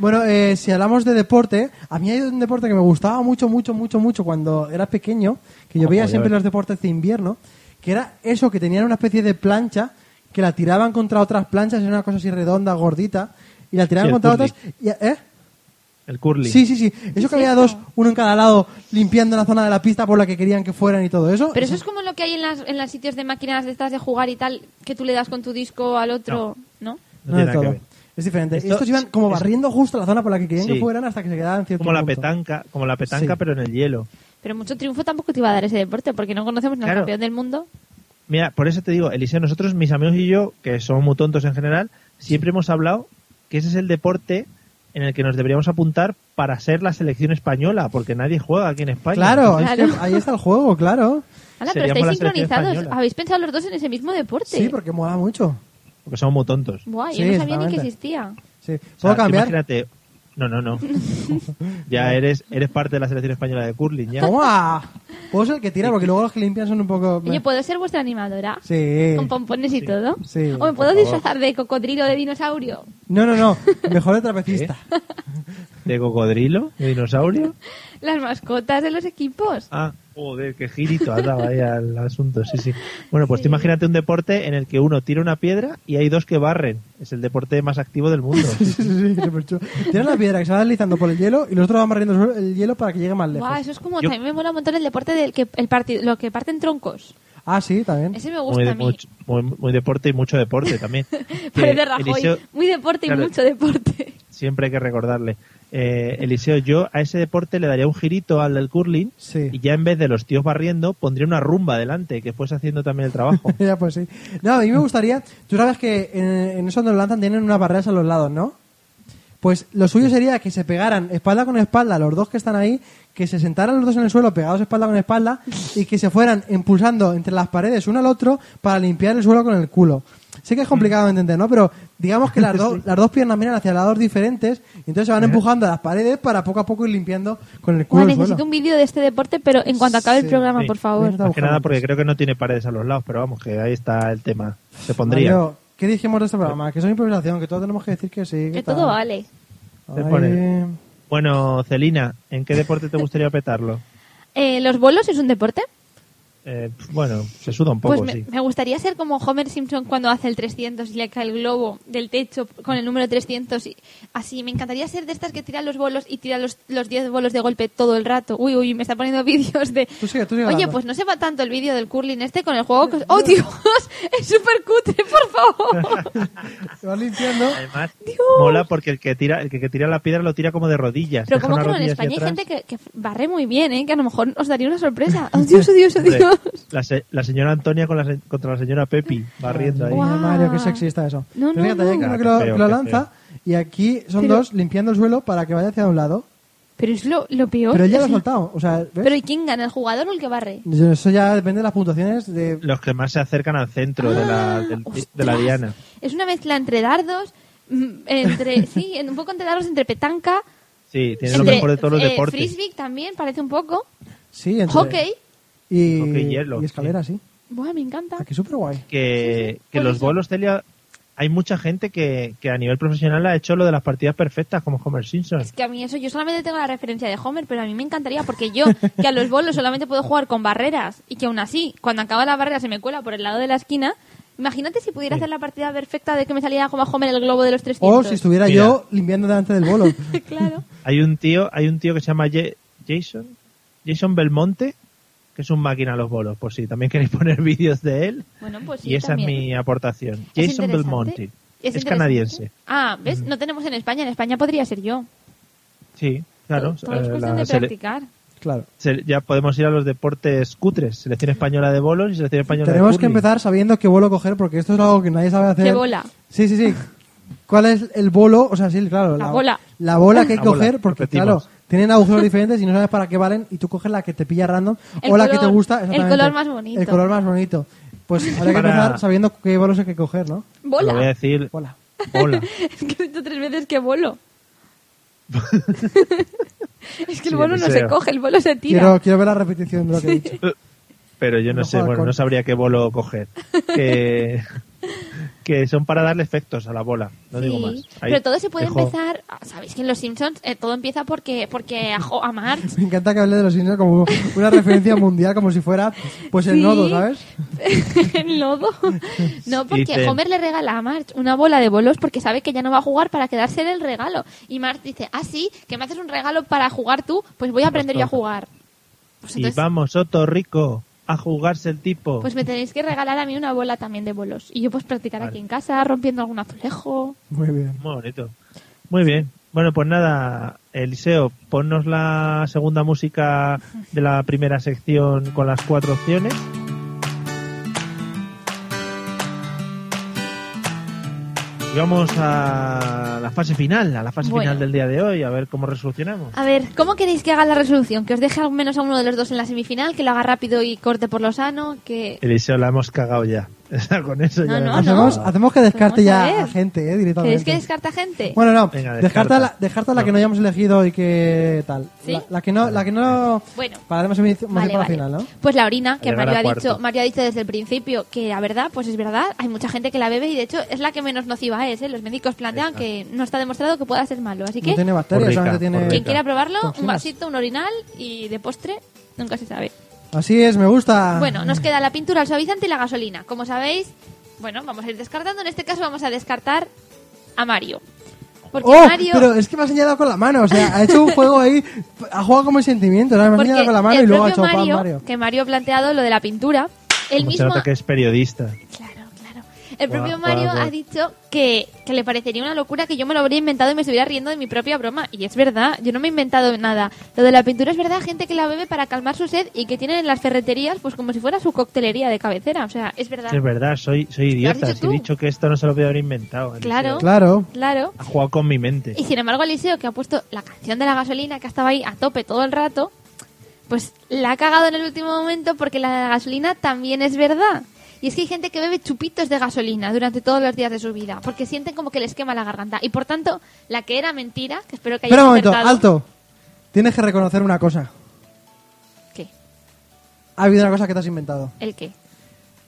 Speaker 3: bueno, eh, si hablamos de deporte, a mí hay un deporte que me gustaba mucho, mucho, mucho, mucho cuando era pequeño, que yo
Speaker 1: Ojo,
Speaker 3: veía
Speaker 1: ya
Speaker 3: siempre
Speaker 1: ves.
Speaker 3: los deportes de invierno, que era eso, que tenían una especie de plancha que la tiraban contra otras planchas, era una cosa así redonda, gordita, y la tiraban
Speaker 1: Sí, el
Speaker 3: contra
Speaker 1: curling.
Speaker 3: otras... y- ¿Eh?
Speaker 1: El curling.
Speaker 3: Sí, sí, sí. Eso que había
Speaker 4: eso?
Speaker 3: dos, uno en cada lado, limpiando la zona de la pista por la que querían que fueran y todo eso.
Speaker 4: Pero eso es como lo que hay en las, en las sitios de máquinas de estas de jugar y tal, que tú le das con tu disco al otro, ¿no.
Speaker 1: No tiene
Speaker 3: de
Speaker 1: nada que
Speaker 3: todo.
Speaker 1: ver.
Speaker 3: Es diferente.
Speaker 1: Esto-
Speaker 3: Estos iban como
Speaker 1: es-
Speaker 3: barriendo justo la zona por la que querían que
Speaker 1: Sí.
Speaker 3: fueran hasta que se quedaban en cierto
Speaker 1: Como la
Speaker 3: punto.
Speaker 1: petanca, como la petanca,
Speaker 3: Sí.
Speaker 1: pero en el hielo.
Speaker 4: Pero mucho triunfo tampoco te iba a dar ese deporte, porque no conocemos ni al
Speaker 1: Claro.
Speaker 4: campeón del mundo.
Speaker 1: Mira, por eso te digo, Eliseo, nosotros, mis amigos y yo, que somos muy tontos en general, siempre hemos hablado que ese es el deporte en el que nos deberíamos apuntar para ser la selección española, porque nadie juega aquí en España.
Speaker 3: Claro, es que
Speaker 4: Claro.
Speaker 3: ahí está el juego, claro.
Speaker 4: Hala, pero
Speaker 1: Seríamos la
Speaker 4: estáis
Speaker 1: selección
Speaker 4: sincronizados.
Speaker 1: española.
Speaker 4: Habéis pensado los dos en ese mismo deporte.
Speaker 3: Sí, porque mola mucho.
Speaker 1: Porque somos muy tontos.
Speaker 4: Buah, yo
Speaker 3: Sí,
Speaker 4: no sabía ni que
Speaker 3: exactamente.
Speaker 4: existía.
Speaker 3: Sí.
Speaker 1: O sea,
Speaker 3: ¿Puedo
Speaker 1: tú
Speaker 3: cambiar?
Speaker 1: Imagínate. No, no, no. ya eres, eres parte de la selección española de curling, ya.
Speaker 3: ¡Toma! Puedo ser el que tira, porque luego los que limpian son un poco...
Speaker 4: Oye, ¿puedo ser vuestra animadora?
Speaker 3: Sí.
Speaker 4: Con pompones y todo.
Speaker 3: Sí,
Speaker 4: ¿O me
Speaker 3: por
Speaker 4: puedo
Speaker 1: favor.
Speaker 4: disfrazar de cocodrilo de dinosaurio?
Speaker 3: No, no, no. Mejor el trapecista.
Speaker 1: ¿Eh? ¿De cocodrilo? ¿De dinosaurio?
Speaker 4: Las mascotas de los equipos.
Speaker 1: Ah, joder, qué girito ha dado ahí al asunto, sí, sí. Bueno, pues tú imagínate un deporte en el que uno tira una piedra y hay dos que barren. Es el deporte más activo del mundo.
Speaker 3: Sí, sí, sí, súper chulo. Tiene una piedra que se va deslizando por el hielo y los otros van barriendo sobre el hielo para que llegue más lejos.
Speaker 4: Buah, eso es como...
Speaker 1: Yo-
Speaker 4: También me mola un montón el deporte del que el partido, lo que parten troncos.
Speaker 3: Ah, sí, también.
Speaker 4: Ese me
Speaker 1: Muy,
Speaker 4: gusta
Speaker 1: de-
Speaker 4: a mí.
Speaker 1: mucho- muy, muy deporte y mucho deporte también. Que
Speaker 4: Parece Rajoy.
Speaker 1: Eliseo-
Speaker 4: Muy deporte y
Speaker 1: Claro.
Speaker 4: mucho deporte.
Speaker 1: siempre hay que recordarle. Eh, Eliseo, yo a ese deporte le daría un girito al del curling
Speaker 3: Sí.
Speaker 1: y ya en vez de los tíos barriendo pondría una rumba delante que fuese haciendo también el trabajo.
Speaker 3: Ya, pues sí. No, a mí me gustaría. Tú sabes que en, en eso donde lo lanzan tienen unas barreras a los lados, ¿no? Pues lo suyo sería que se pegaran espalda con espalda los dos que están ahí, que se sentaran los dos en el suelo pegados espalda con espalda y que se fueran impulsando entre las paredes uno al otro para limpiar el suelo con el culo. Sé que es complicado de entender, ¿no? Pero digamos que las, dos- las dos piernas miran hacia lados diferentes y entonces se van empujando a las paredes para poco a poco ir limpiando con el culo.
Speaker 4: Buah,
Speaker 3: el
Speaker 4: necesito
Speaker 3: suelo.
Speaker 4: un vídeo de este deporte, pero en cuanto acabe el
Speaker 3: Sí,
Speaker 4: programa,
Speaker 1: sí.
Speaker 4: por favor.
Speaker 3: Mierda.
Speaker 1: Más que nada
Speaker 3: Ojalá.
Speaker 1: porque creo que no tiene paredes a los lados, pero vamos, que ahí está el tema. Se pondría.
Speaker 3: Mario, ¿Qué dijimos de este programa? Que es improvisación, que todos tenemos que decir que sí.
Speaker 4: Que
Speaker 3: tal.
Speaker 4: todo vale.
Speaker 1: Se
Speaker 3: Ay,
Speaker 1: pone. Bueno, Celina, ¿en qué deporte te gustaría petarlo?
Speaker 4: Eh, ¿Los bolos es un deporte?
Speaker 1: Eh, bueno, se suda un poco,
Speaker 4: pues me,
Speaker 1: sí.
Speaker 4: me gustaría ser como Homer Simpson cuando hace el 300 y le cae el globo del techo con el número 300 y así. Me encantaría ser de estas que tiran los bolos y tiran los, los 10 bolos de golpe todo el rato. Uy, uy, me está poniendo vídeos de...
Speaker 3: Tú sigue, tú sigue
Speaker 4: Oye,
Speaker 3: hablando.
Speaker 4: pues no se va tanto el vídeo del curling este con el juego... que- ¡Oh, Dios! Es súper cutre, por favor.
Speaker 3: Se vas limpiando.
Speaker 1: Además,
Speaker 4: Dios.
Speaker 1: mola porque el que tira el que, que tira la piedra lo tira como de rodillas.
Speaker 4: Pero
Speaker 1: deja
Speaker 4: como
Speaker 1: una
Speaker 4: que no, en
Speaker 1: rodilla
Speaker 4: España
Speaker 1: así
Speaker 4: hay
Speaker 1: atrás.
Speaker 4: gente que, que barre muy bien, ¿eh? Que a lo mejor os daría una sorpresa. ¡Oh, Dios, oh, Dios, oh,
Speaker 1: Hombre,
Speaker 4: Dios!
Speaker 1: La, se- la señora Antonia con la se- contra la señora Pepi, barriendo ahí.
Speaker 4: Guau.
Speaker 3: Ay, Mario, qué sexista eso.
Speaker 4: No,
Speaker 3: Pero
Speaker 4: no,
Speaker 3: fíjate, hay
Speaker 4: no.
Speaker 3: uno que
Speaker 1: Ah,
Speaker 3: lo,
Speaker 1: qué feo,
Speaker 3: que lo
Speaker 1: qué
Speaker 3: lanza y aquí son
Speaker 4: Pero-
Speaker 3: dos limpiando el suelo para que vaya hacia un lado.
Speaker 4: Pero es lo, lo peor.
Speaker 3: Pero ella lo
Speaker 4: o
Speaker 3: ha
Speaker 4: sea,
Speaker 3: soltado. O sea, ¿ves?
Speaker 4: ¿Pero ¿y quién gana, el jugador o el que barre?
Speaker 3: Yo- Eso ya depende de las puntuaciones de...
Speaker 1: Los que más se acercan al centro de, la, del-
Speaker 4: Ah,
Speaker 1: de la
Speaker 4: ostras.
Speaker 1: diana.
Speaker 4: Es una mezcla entre dardos, mm, entre sí, en- un poco entre dardos, entre petanca,
Speaker 1: Sí, tiene lo
Speaker 4: entre
Speaker 1: mejor de todos los
Speaker 4: eh,
Speaker 1: deportes.
Speaker 4: frisbee también parece un poco,
Speaker 3: Sí, entre-
Speaker 4: hockey.
Speaker 3: Y,
Speaker 1: Hockey y hielo,
Speaker 3: y escalera, sí.
Speaker 4: Buah, me encanta.
Speaker 3: Aquí súper guay.
Speaker 1: que,
Speaker 4: Sí, sí,
Speaker 1: que
Speaker 4: por
Speaker 1: los
Speaker 4: eso.
Speaker 1: bolos Celia hay mucha gente que, que a nivel profesional ha hecho lo de las partidas perfectas como Homer Simpson
Speaker 4: Es que a mí eso, yo solamente tengo la referencia de Homer, pero a mí me encantaría porque yo, que a los bolos solamente puedo jugar con barreras y que aún así, cuando acaba la barrera se me cuela por el lado de la esquina. Imagínate si pudiera hacer la partida perfecta de que me saliera como a Homer el globo de
Speaker 1: Oh,
Speaker 4: los 300.
Speaker 3: O si estuviera
Speaker 1: Mira.
Speaker 3: yo limpiando delante del bolo.
Speaker 4: claro.
Speaker 1: hay un tío hay un tío que se llama Ye- Jason Jason Belmonte que es un máquina a los bolos por si también queréis poner vídeos de él
Speaker 4: Bueno, pues sí,
Speaker 1: y esa
Speaker 4: también.
Speaker 1: es mi aportación
Speaker 4: Es
Speaker 1: Jason
Speaker 4: interesante.
Speaker 1: Belmonte es,
Speaker 4: interesante.
Speaker 1: canadiense
Speaker 4: Ah, ¿ves? No tenemos en España. En España podría ser yo.
Speaker 1: sí claro
Speaker 4: Todo es
Speaker 1: eh,
Speaker 4: Pues, cuestión
Speaker 1: la
Speaker 4: de
Speaker 1: sele-
Speaker 4: practicar.
Speaker 3: Claro.
Speaker 1: se- ya podemos ir a los deportes cutres selección española de bolos y selección española
Speaker 3: Tenemos
Speaker 1: de
Speaker 3: que
Speaker 1: curling.
Speaker 3: empezar sabiendo qué bolo coger porque esto es algo que nadie sabe hacer.
Speaker 4: ¿Qué bola?
Speaker 3: Sí, sí, sí. ¿Cuál es el bolo? O sea, sí, claro.
Speaker 4: La bola.
Speaker 3: La bola que hay que
Speaker 1: La bola,
Speaker 3: coger porque,
Speaker 1: repetimos.
Speaker 3: claro, tienen agujeros diferentes y no sabes para qué valen y tú coges la que te pilla random
Speaker 4: El
Speaker 3: o la que
Speaker 4: color-
Speaker 3: te gusta.
Speaker 4: el
Speaker 3: exactamente.
Speaker 4: color más bonito.
Speaker 3: El color más bonito. Pues habría que
Speaker 1: Para-
Speaker 3: empezar sabiendo qué bolos hay que coger, ¿no?
Speaker 1: lo voy a
Speaker 4: ¿Bola?
Speaker 1: decir
Speaker 3: Bola.
Speaker 1: hola
Speaker 4: Es que he dicho tres veces que bolo. es que el
Speaker 1: Sí,
Speaker 4: bolo no se
Speaker 1: deseo.
Speaker 4: coge, el bolo se tira.
Speaker 3: Quiero, quiero ver la repetición de lo que he dicho.
Speaker 1: Eh, Pero yo no
Speaker 3: No
Speaker 1: sé,
Speaker 3: jodas
Speaker 1: bueno,
Speaker 3: con-
Speaker 1: no sabría qué bolo coger. Que, que son para darle efectos a la bola, no
Speaker 4: Sí,
Speaker 1: digo más. Ahí
Speaker 4: pero todo se puede
Speaker 1: dejo-
Speaker 4: empezar. ah, Sabéis que en Los Simpsons eh, todo empieza porque porque a, Jo- a Marge
Speaker 3: Me encanta que hable de los Simpsons como una referencia mundial, como si fuera pues el
Speaker 4: Sí.
Speaker 3: nodo, ¿sabes?
Speaker 4: en lodo. No, porque
Speaker 1: Dicen-
Speaker 4: Homer le regala a Marge una bola de bolos porque sabe que ya no va a jugar para quedarse en el regalo. Y Marge dice, ah, sí, que me haces un regalo para jugar tú, pues voy a aprender yo a jugar. Pues,
Speaker 1: Y
Speaker 4: entonces,
Speaker 1: vamos, Soto Rico, a jugarse el tipo.
Speaker 4: pues me tenéis que regalar a mí una bola también de bolos. Y yo pues practicar aquí en casa, rompiendo algún azulejo.
Speaker 3: Muy bien.
Speaker 1: Muy bonito. Muy bien. Bueno, pues nada, Eliseo, ponnos la segunda música de la primera sección con las cuatro opciones. Y vamos a la fase final, a la fase
Speaker 4: Bueno.
Speaker 1: final del día de hoy, a ver cómo resolucionamos.
Speaker 4: A ver, ¿cómo queréis que haga la resolución? Que os deje al menos a uno de los dos en la semifinal, que lo haga rápido y corte por lo sano, que...
Speaker 1: Eliseo la hemos cagado ya. O sea, con eso
Speaker 4: No,
Speaker 1: ya. la hemos
Speaker 4: no, Ah, no.
Speaker 3: Hacemos,
Speaker 1: cagado.
Speaker 3: hacemos que descarte
Speaker 4: Vamos a
Speaker 3: ya
Speaker 4: ver.
Speaker 3: a gente, ¿eh?
Speaker 4: ¿Queréis que
Speaker 3: Directamente.
Speaker 4: descarte gente?
Speaker 3: Bueno, no.
Speaker 1: Venga,
Speaker 3: descarta,
Speaker 1: descarta.
Speaker 3: la, descarta la
Speaker 1: No.
Speaker 3: que no hayamos elegido y que tal.
Speaker 4: ¿Sí?
Speaker 3: La, la que no. La que no
Speaker 4: Bueno.
Speaker 3: Para más, más
Speaker 4: Vale,
Speaker 3: para
Speaker 4: vale.
Speaker 3: la final, ¿no?
Speaker 4: Pues la orina, que
Speaker 1: Llegar
Speaker 4: Mario
Speaker 1: a
Speaker 4: ha, dicho,
Speaker 1: cuarto.
Speaker 4: Mario ha dicho desde el principio que la verdad, pues es verdad, hay mucha gente que la bebe y de hecho es la que menos nociva es. ¿eh? Los médicos plantean que no está demostrado que pueda ser malo. Así que
Speaker 3: No tiene bacterias,
Speaker 1: Rica,
Speaker 3: solamente tiene.
Speaker 1: por
Speaker 4: quien
Speaker 1: rica.
Speaker 4: quiera probarlo, un
Speaker 3: toxinas.
Speaker 4: vasito, un orinal y de postre, nunca se sabe.
Speaker 3: Así es, me gusta.
Speaker 4: Bueno, nos queda la pintura, el suavizante y la gasolina. Como sabéis, bueno, vamos a ir descartando. En este caso vamos a descartar a Mario. Porque
Speaker 3: ¡Oh!
Speaker 4: Mario...
Speaker 3: Pero es que me ha señalado con la mano, o sea, ha hecho un juego ahí, ha jugado como en sentimiento, ¿no? me ha
Speaker 4: porque
Speaker 3: señalado con la mano
Speaker 4: el
Speaker 3: y luego ha hecho
Speaker 4: propio Mario,
Speaker 3: pan, Mario.
Speaker 4: que Mario ha planteado lo de la pintura, él
Speaker 1: Como se
Speaker 4: mismo
Speaker 1: nota que es periodista.
Speaker 4: Claro, claro. El
Speaker 1: Guau,
Speaker 4: propio
Speaker 1: guau,
Speaker 4: Mario
Speaker 1: guau.
Speaker 4: ha dicho que, que le parecería una locura que yo me lo habría inventado y me estuviera riendo de mi propia broma. Y es verdad, yo no me he inventado nada. Lo de la pintura es verdad, gente que la bebe para calmar su sed y que tienen en las ferreterías pues como si fuera su coctelería de cabecera. O sea, es verdad.
Speaker 1: Es verdad, soy, soy idiota.
Speaker 4: dicho
Speaker 1: Si
Speaker 4: tú.
Speaker 1: he dicho que esto no se lo podía haber inventado. Eliseo.
Speaker 4: Claro.
Speaker 3: Claro.
Speaker 4: Claro.
Speaker 1: Ha jugado con mi mente.
Speaker 4: Y sin embargo, Eliseo, que ha puesto la canción de la gasolina, que ha estado ahí a tope todo el rato, pues la ha cagado en el último momento porque la de la gasolina también es verdad. Y es que hay gente que bebe chupitos de gasolina durante todos los días de su vida, porque sienten como que les quema la garganta. Y por tanto, la que era mentira, que espero que haya
Speaker 3: Espera un momento, alto. Tienes que reconocer una cosa.
Speaker 4: ¿Qué?
Speaker 3: Ha habido una cosa que te has inventado.
Speaker 4: ¿El qué?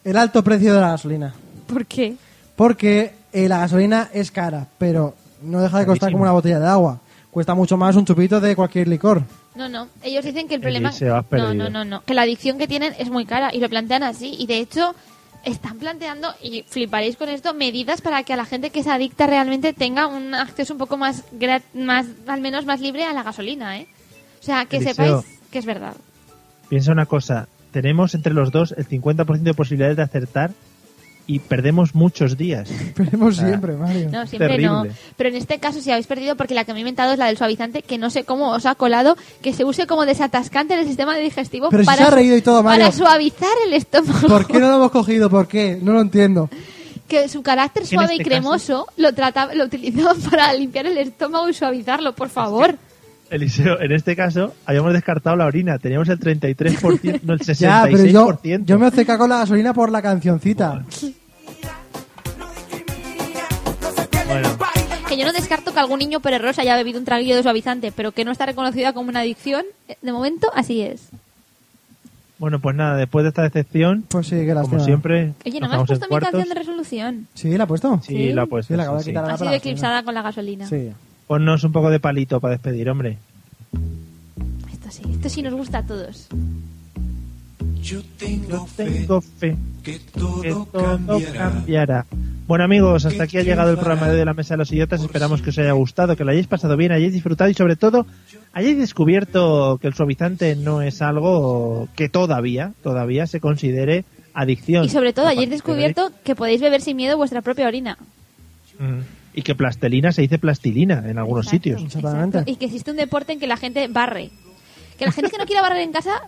Speaker 3: El alto precio de la gasolina.
Speaker 4: ¿Por qué?
Speaker 3: Porque eh, la gasolina es cara, pero no deja de costar
Speaker 1: Carísimo.
Speaker 3: como una botella de agua. cuesta mucho más un chupito de cualquier licor.
Speaker 4: No, no. Ellos dicen que el problema.
Speaker 1: Eliseo, has
Speaker 4: no,
Speaker 1: perdido.
Speaker 4: no, no, no. Que la adicción que tienen es muy cara y lo plantean así. Y de hecho, están planteando, y fliparéis con esto, medidas para que a la gente que es adicta realmente tenga un acceso un poco más, grat- más al menos más libre a la gasolina, ¿eh? O sea, que
Speaker 1: Eliseo.
Speaker 4: sepáis que es verdad.
Speaker 1: Piensa una cosa, tenemos entre los dos el 50% de posibilidades de acertar y perdemos muchos días.
Speaker 3: Esperemos
Speaker 1: Ah.
Speaker 3: siempre, Mario.
Speaker 4: No, siempre no.
Speaker 1: Terrible.
Speaker 4: Pero en este caso si habéis perdido porque la que me he inventado es la del suavizante, que no sé cómo os ha colado, que se use como desatascante en el sistema digestivo
Speaker 3: Pero si
Speaker 4: para,
Speaker 3: se ha reído y todo, Mario.
Speaker 4: para suavizar el estómago.
Speaker 3: ¿Por qué no lo hemos cogido? ¿Por qué? No lo entiendo.
Speaker 4: que su carácter
Speaker 1: Que en
Speaker 4: suave y
Speaker 1: este
Speaker 4: cremoso lo trataba, lo utilizaba para limpiar el estómago y suavizarlo, por favor.
Speaker 1: Eliseo, en este caso habíamos descartado la orina, teníamos el 33%, no el 66%.
Speaker 3: Ya, pero yo, yo me acerca con la gasolina por la cancioncita.
Speaker 1: Bueno,
Speaker 4: Que yo no descarto que algún niño perezoso haya bebido un traguillo de suavizante, pero que no está reconocida como una adicción, eh, de momento así es.
Speaker 1: bueno, pues nada, después de esta decepción,
Speaker 3: Pues sí, que
Speaker 1: como siempre,
Speaker 4: Oye, no
Speaker 1: nos
Speaker 4: me has
Speaker 1: quedamos en
Speaker 4: puesto mi canción
Speaker 1: cuartos.
Speaker 4: de resolución.
Speaker 3: Sí, la ha puesto.
Speaker 1: Sí,
Speaker 4: Sí.
Speaker 1: la pues
Speaker 3: Sí, la acabo de quitar
Speaker 4: Ha
Speaker 3: ahora
Speaker 4: sido
Speaker 3: para la
Speaker 4: eclipsada con la gasolina.
Speaker 3: Sí.
Speaker 1: Ponnos un poco de palito para despedir, hombre.
Speaker 4: Esto sí, esto sí nos gusta a todos.
Speaker 6: Yo tengo fe
Speaker 1: Tengo fe
Speaker 6: que
Speaker 1: que
Speaker 6: todo
Speaker 1: todo
Speaker 6: cambiará.
Speaker 1: cambiará. Bueno amigos, hasta aquí ha llegado el programa de hoy de la Mesa de los Idiotas. Esperamos que os haya gustado, que lo hayáis pasado bien, hayáis disfrutado y sobre todo hayáis descubierto que el suavizante no es algo que todavía, todavía se considere adicción.
Speaker 4: Y sobre todo, ayer
Speaker 1: Aparte,
Speaker 4: descubierto que podéis beber sin miedo vuestra propia orina.
Speaker 1: Mm. Y que plastelina se dice plastilina en algunos
Speaker 4: Exacto,
Speaker 1: sitios.
Speaker 3: Exactamente.
Speaker 4: exacto. Y que existe un deporte en que la gente barre. Que la gente que no quiera barrer en casa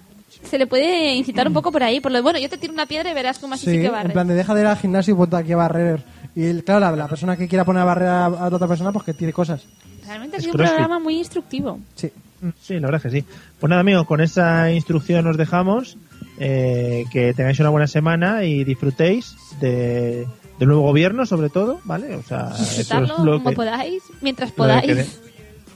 Speaker 4: se le puede incitar un poco por ahí. Por lo bueno, yo te tiro una piedra y verás cómo así sí
Speaker 3: Sí,
Speaker 4: que
Speaker 3: en
Speaker 4: barre.
Speaker 3: plan de deja de ir al gimnasio y ponte aquí a barrer. Y el- claro, la, la persona que quiera poner a barrer a, a otra persona, pues que tire cosas.
Speaker 4: Realmente ha
Speaker 1: es
Speaker 4: sido un
Speaker 1: crossfit.
Speaker 4: programa muy instructivo.
Speaker 3: Sí.
Speaker 1: Mm, Sí, la verdad es que sí. Pues nada amigos, con esa instrucción os dejamos. eh, que tengáis una buena semana y disfrutéis de, del nuevo gobierno sobre todo, ¿vale? O sea, Ah, eso es
Speaker 4: Disfrutarlo
Speaker 1: lo
Speaker 4: como
Speaker 1: que-
Speaker 4: podáis, mientras
Speaker 1: Lo que quere-
Speaker 4: podáis.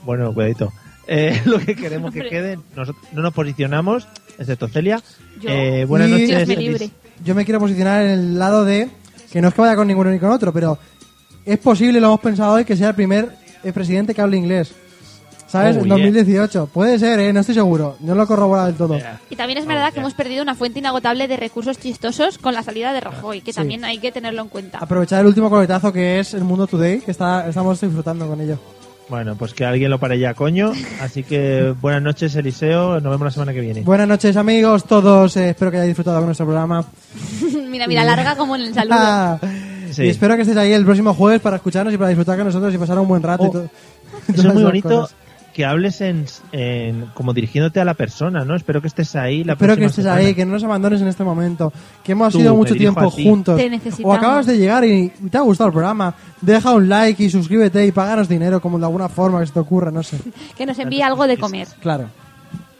Speaker 1: Bueno, cuidadito. Eh, lo que queremos que
Speaker 4: Hombre.
Speaker 1: quede, nosotros no nos posicionamos, excepto Celia.
Speaker 4: Yo.
Speaker 1: Eh, buenas
Speaker 3: Y-
Speaker 1: noches.
Speaker 4: Dios me
Speaker 1: feliz-
Speaker 4: libre.
Speaker 3: Yo me quiero posicionar en el lado de que no es que vaya con ninguno ni con otro, pero es posible, lo hemos pensado hoy, que sea el primer eh, presidente que hable inglés. ¿Sabes?
Speaker 1: Oh,
Speaker 3: en
Speaker 1: yeah.
Speaker 3: 2018. Puede ser, ¿eh? No estoy seguro. No lo he corroborado del todo.
Speaker 1: Yeah.
Speaker 4: Y también es verdad que hemos perdido una fuente inagotable de recursos chistosos con la salida de Rajoy,
Speaker 1: Ah,
Speaker 4: que
Speaker 3: Sí.
Speaker 4: también hay que tenerlo en cuenta.
Speaker 3: Aprovechar el último coletazo que es el Mundo Today, que está, estamos disfrutando con ello.
Speaker 1: Bueno, pues que alguien lo pare ya, coño. Así que buenas noches, Eliseo. Nos vemos la semana que viene.
Speaker 3: Buenas noches, amigos, todos. eh, espero que hayáis disfrutado con nuestro programa.
Speaker 4: mira, mira, larga como en el saludo.
Speaker 3: Ah,
Speaker 1: Sí.
Speaker 3: Y espero que estéis ahí el próximo jueves para escucharnos y para disfrutar con nosotros y pasar un buen rato.
Speaker 1: Oh,
Speaker 3: y todo. todas
Speaker 1: Eso es
Speaker 3: esas
Speaker 1: muy bonito
Speaker 3: cosas.
Speaker 1: que hables en, en- como dirigiéndote a la persona, ¿no? Espero que estés ahí. La
Speaker 3: Espero que
Speaker 1: próxima
Speaker 3: estés
Speaker 1: semana.
Speaker 3: ahí, que no nos abandones en este momento, que hemos
Speaker 1: Tú,
Speaker 3: sido
Speaker 1: me
Speaker 3: mucho
Speaker 1: dirijo
Speaker 3: tiempo
Speaker 1: a ti.
Speaker 3: juntos.
Speaker 4: Te
Speaker 3: O
Speaker 4: necesitamos.
Speaker 3: acabas de llegar y te ha gustado el programa, deja un like y suscríbete y páganos dinero como de alguna forma que se te ocurra, no sé.
Speaker 4: Que nos envíe algo de comer.
Speaker 3: Claro.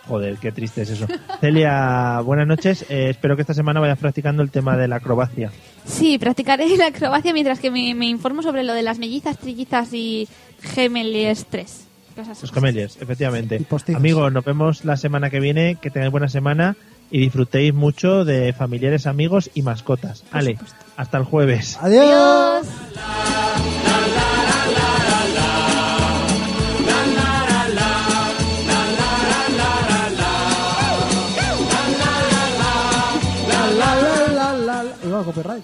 Speaker 1: Joder, qué triste es eso. Celia, buenas noches. Eh, espero que esta semana vayas practicando el tema de la acrobacia.
Speaker 4: Sí, practicaré la acrobacia mientras que me, me informo sobre lo de las mellizas, trillizas y gemeles 3.
Speaker 1: Los camelias, efectivamente.
Speaker 3: Y postizos.
Speaker 1: Amigos, nos vemos la semana que viene. Que tengáis buena semana y disfrutéis mucho de familiares, amigos y mascotas. Ale, hasta el jueves.
Speaker 3: Adiós. La, la, la, la, la. Iba a copyright.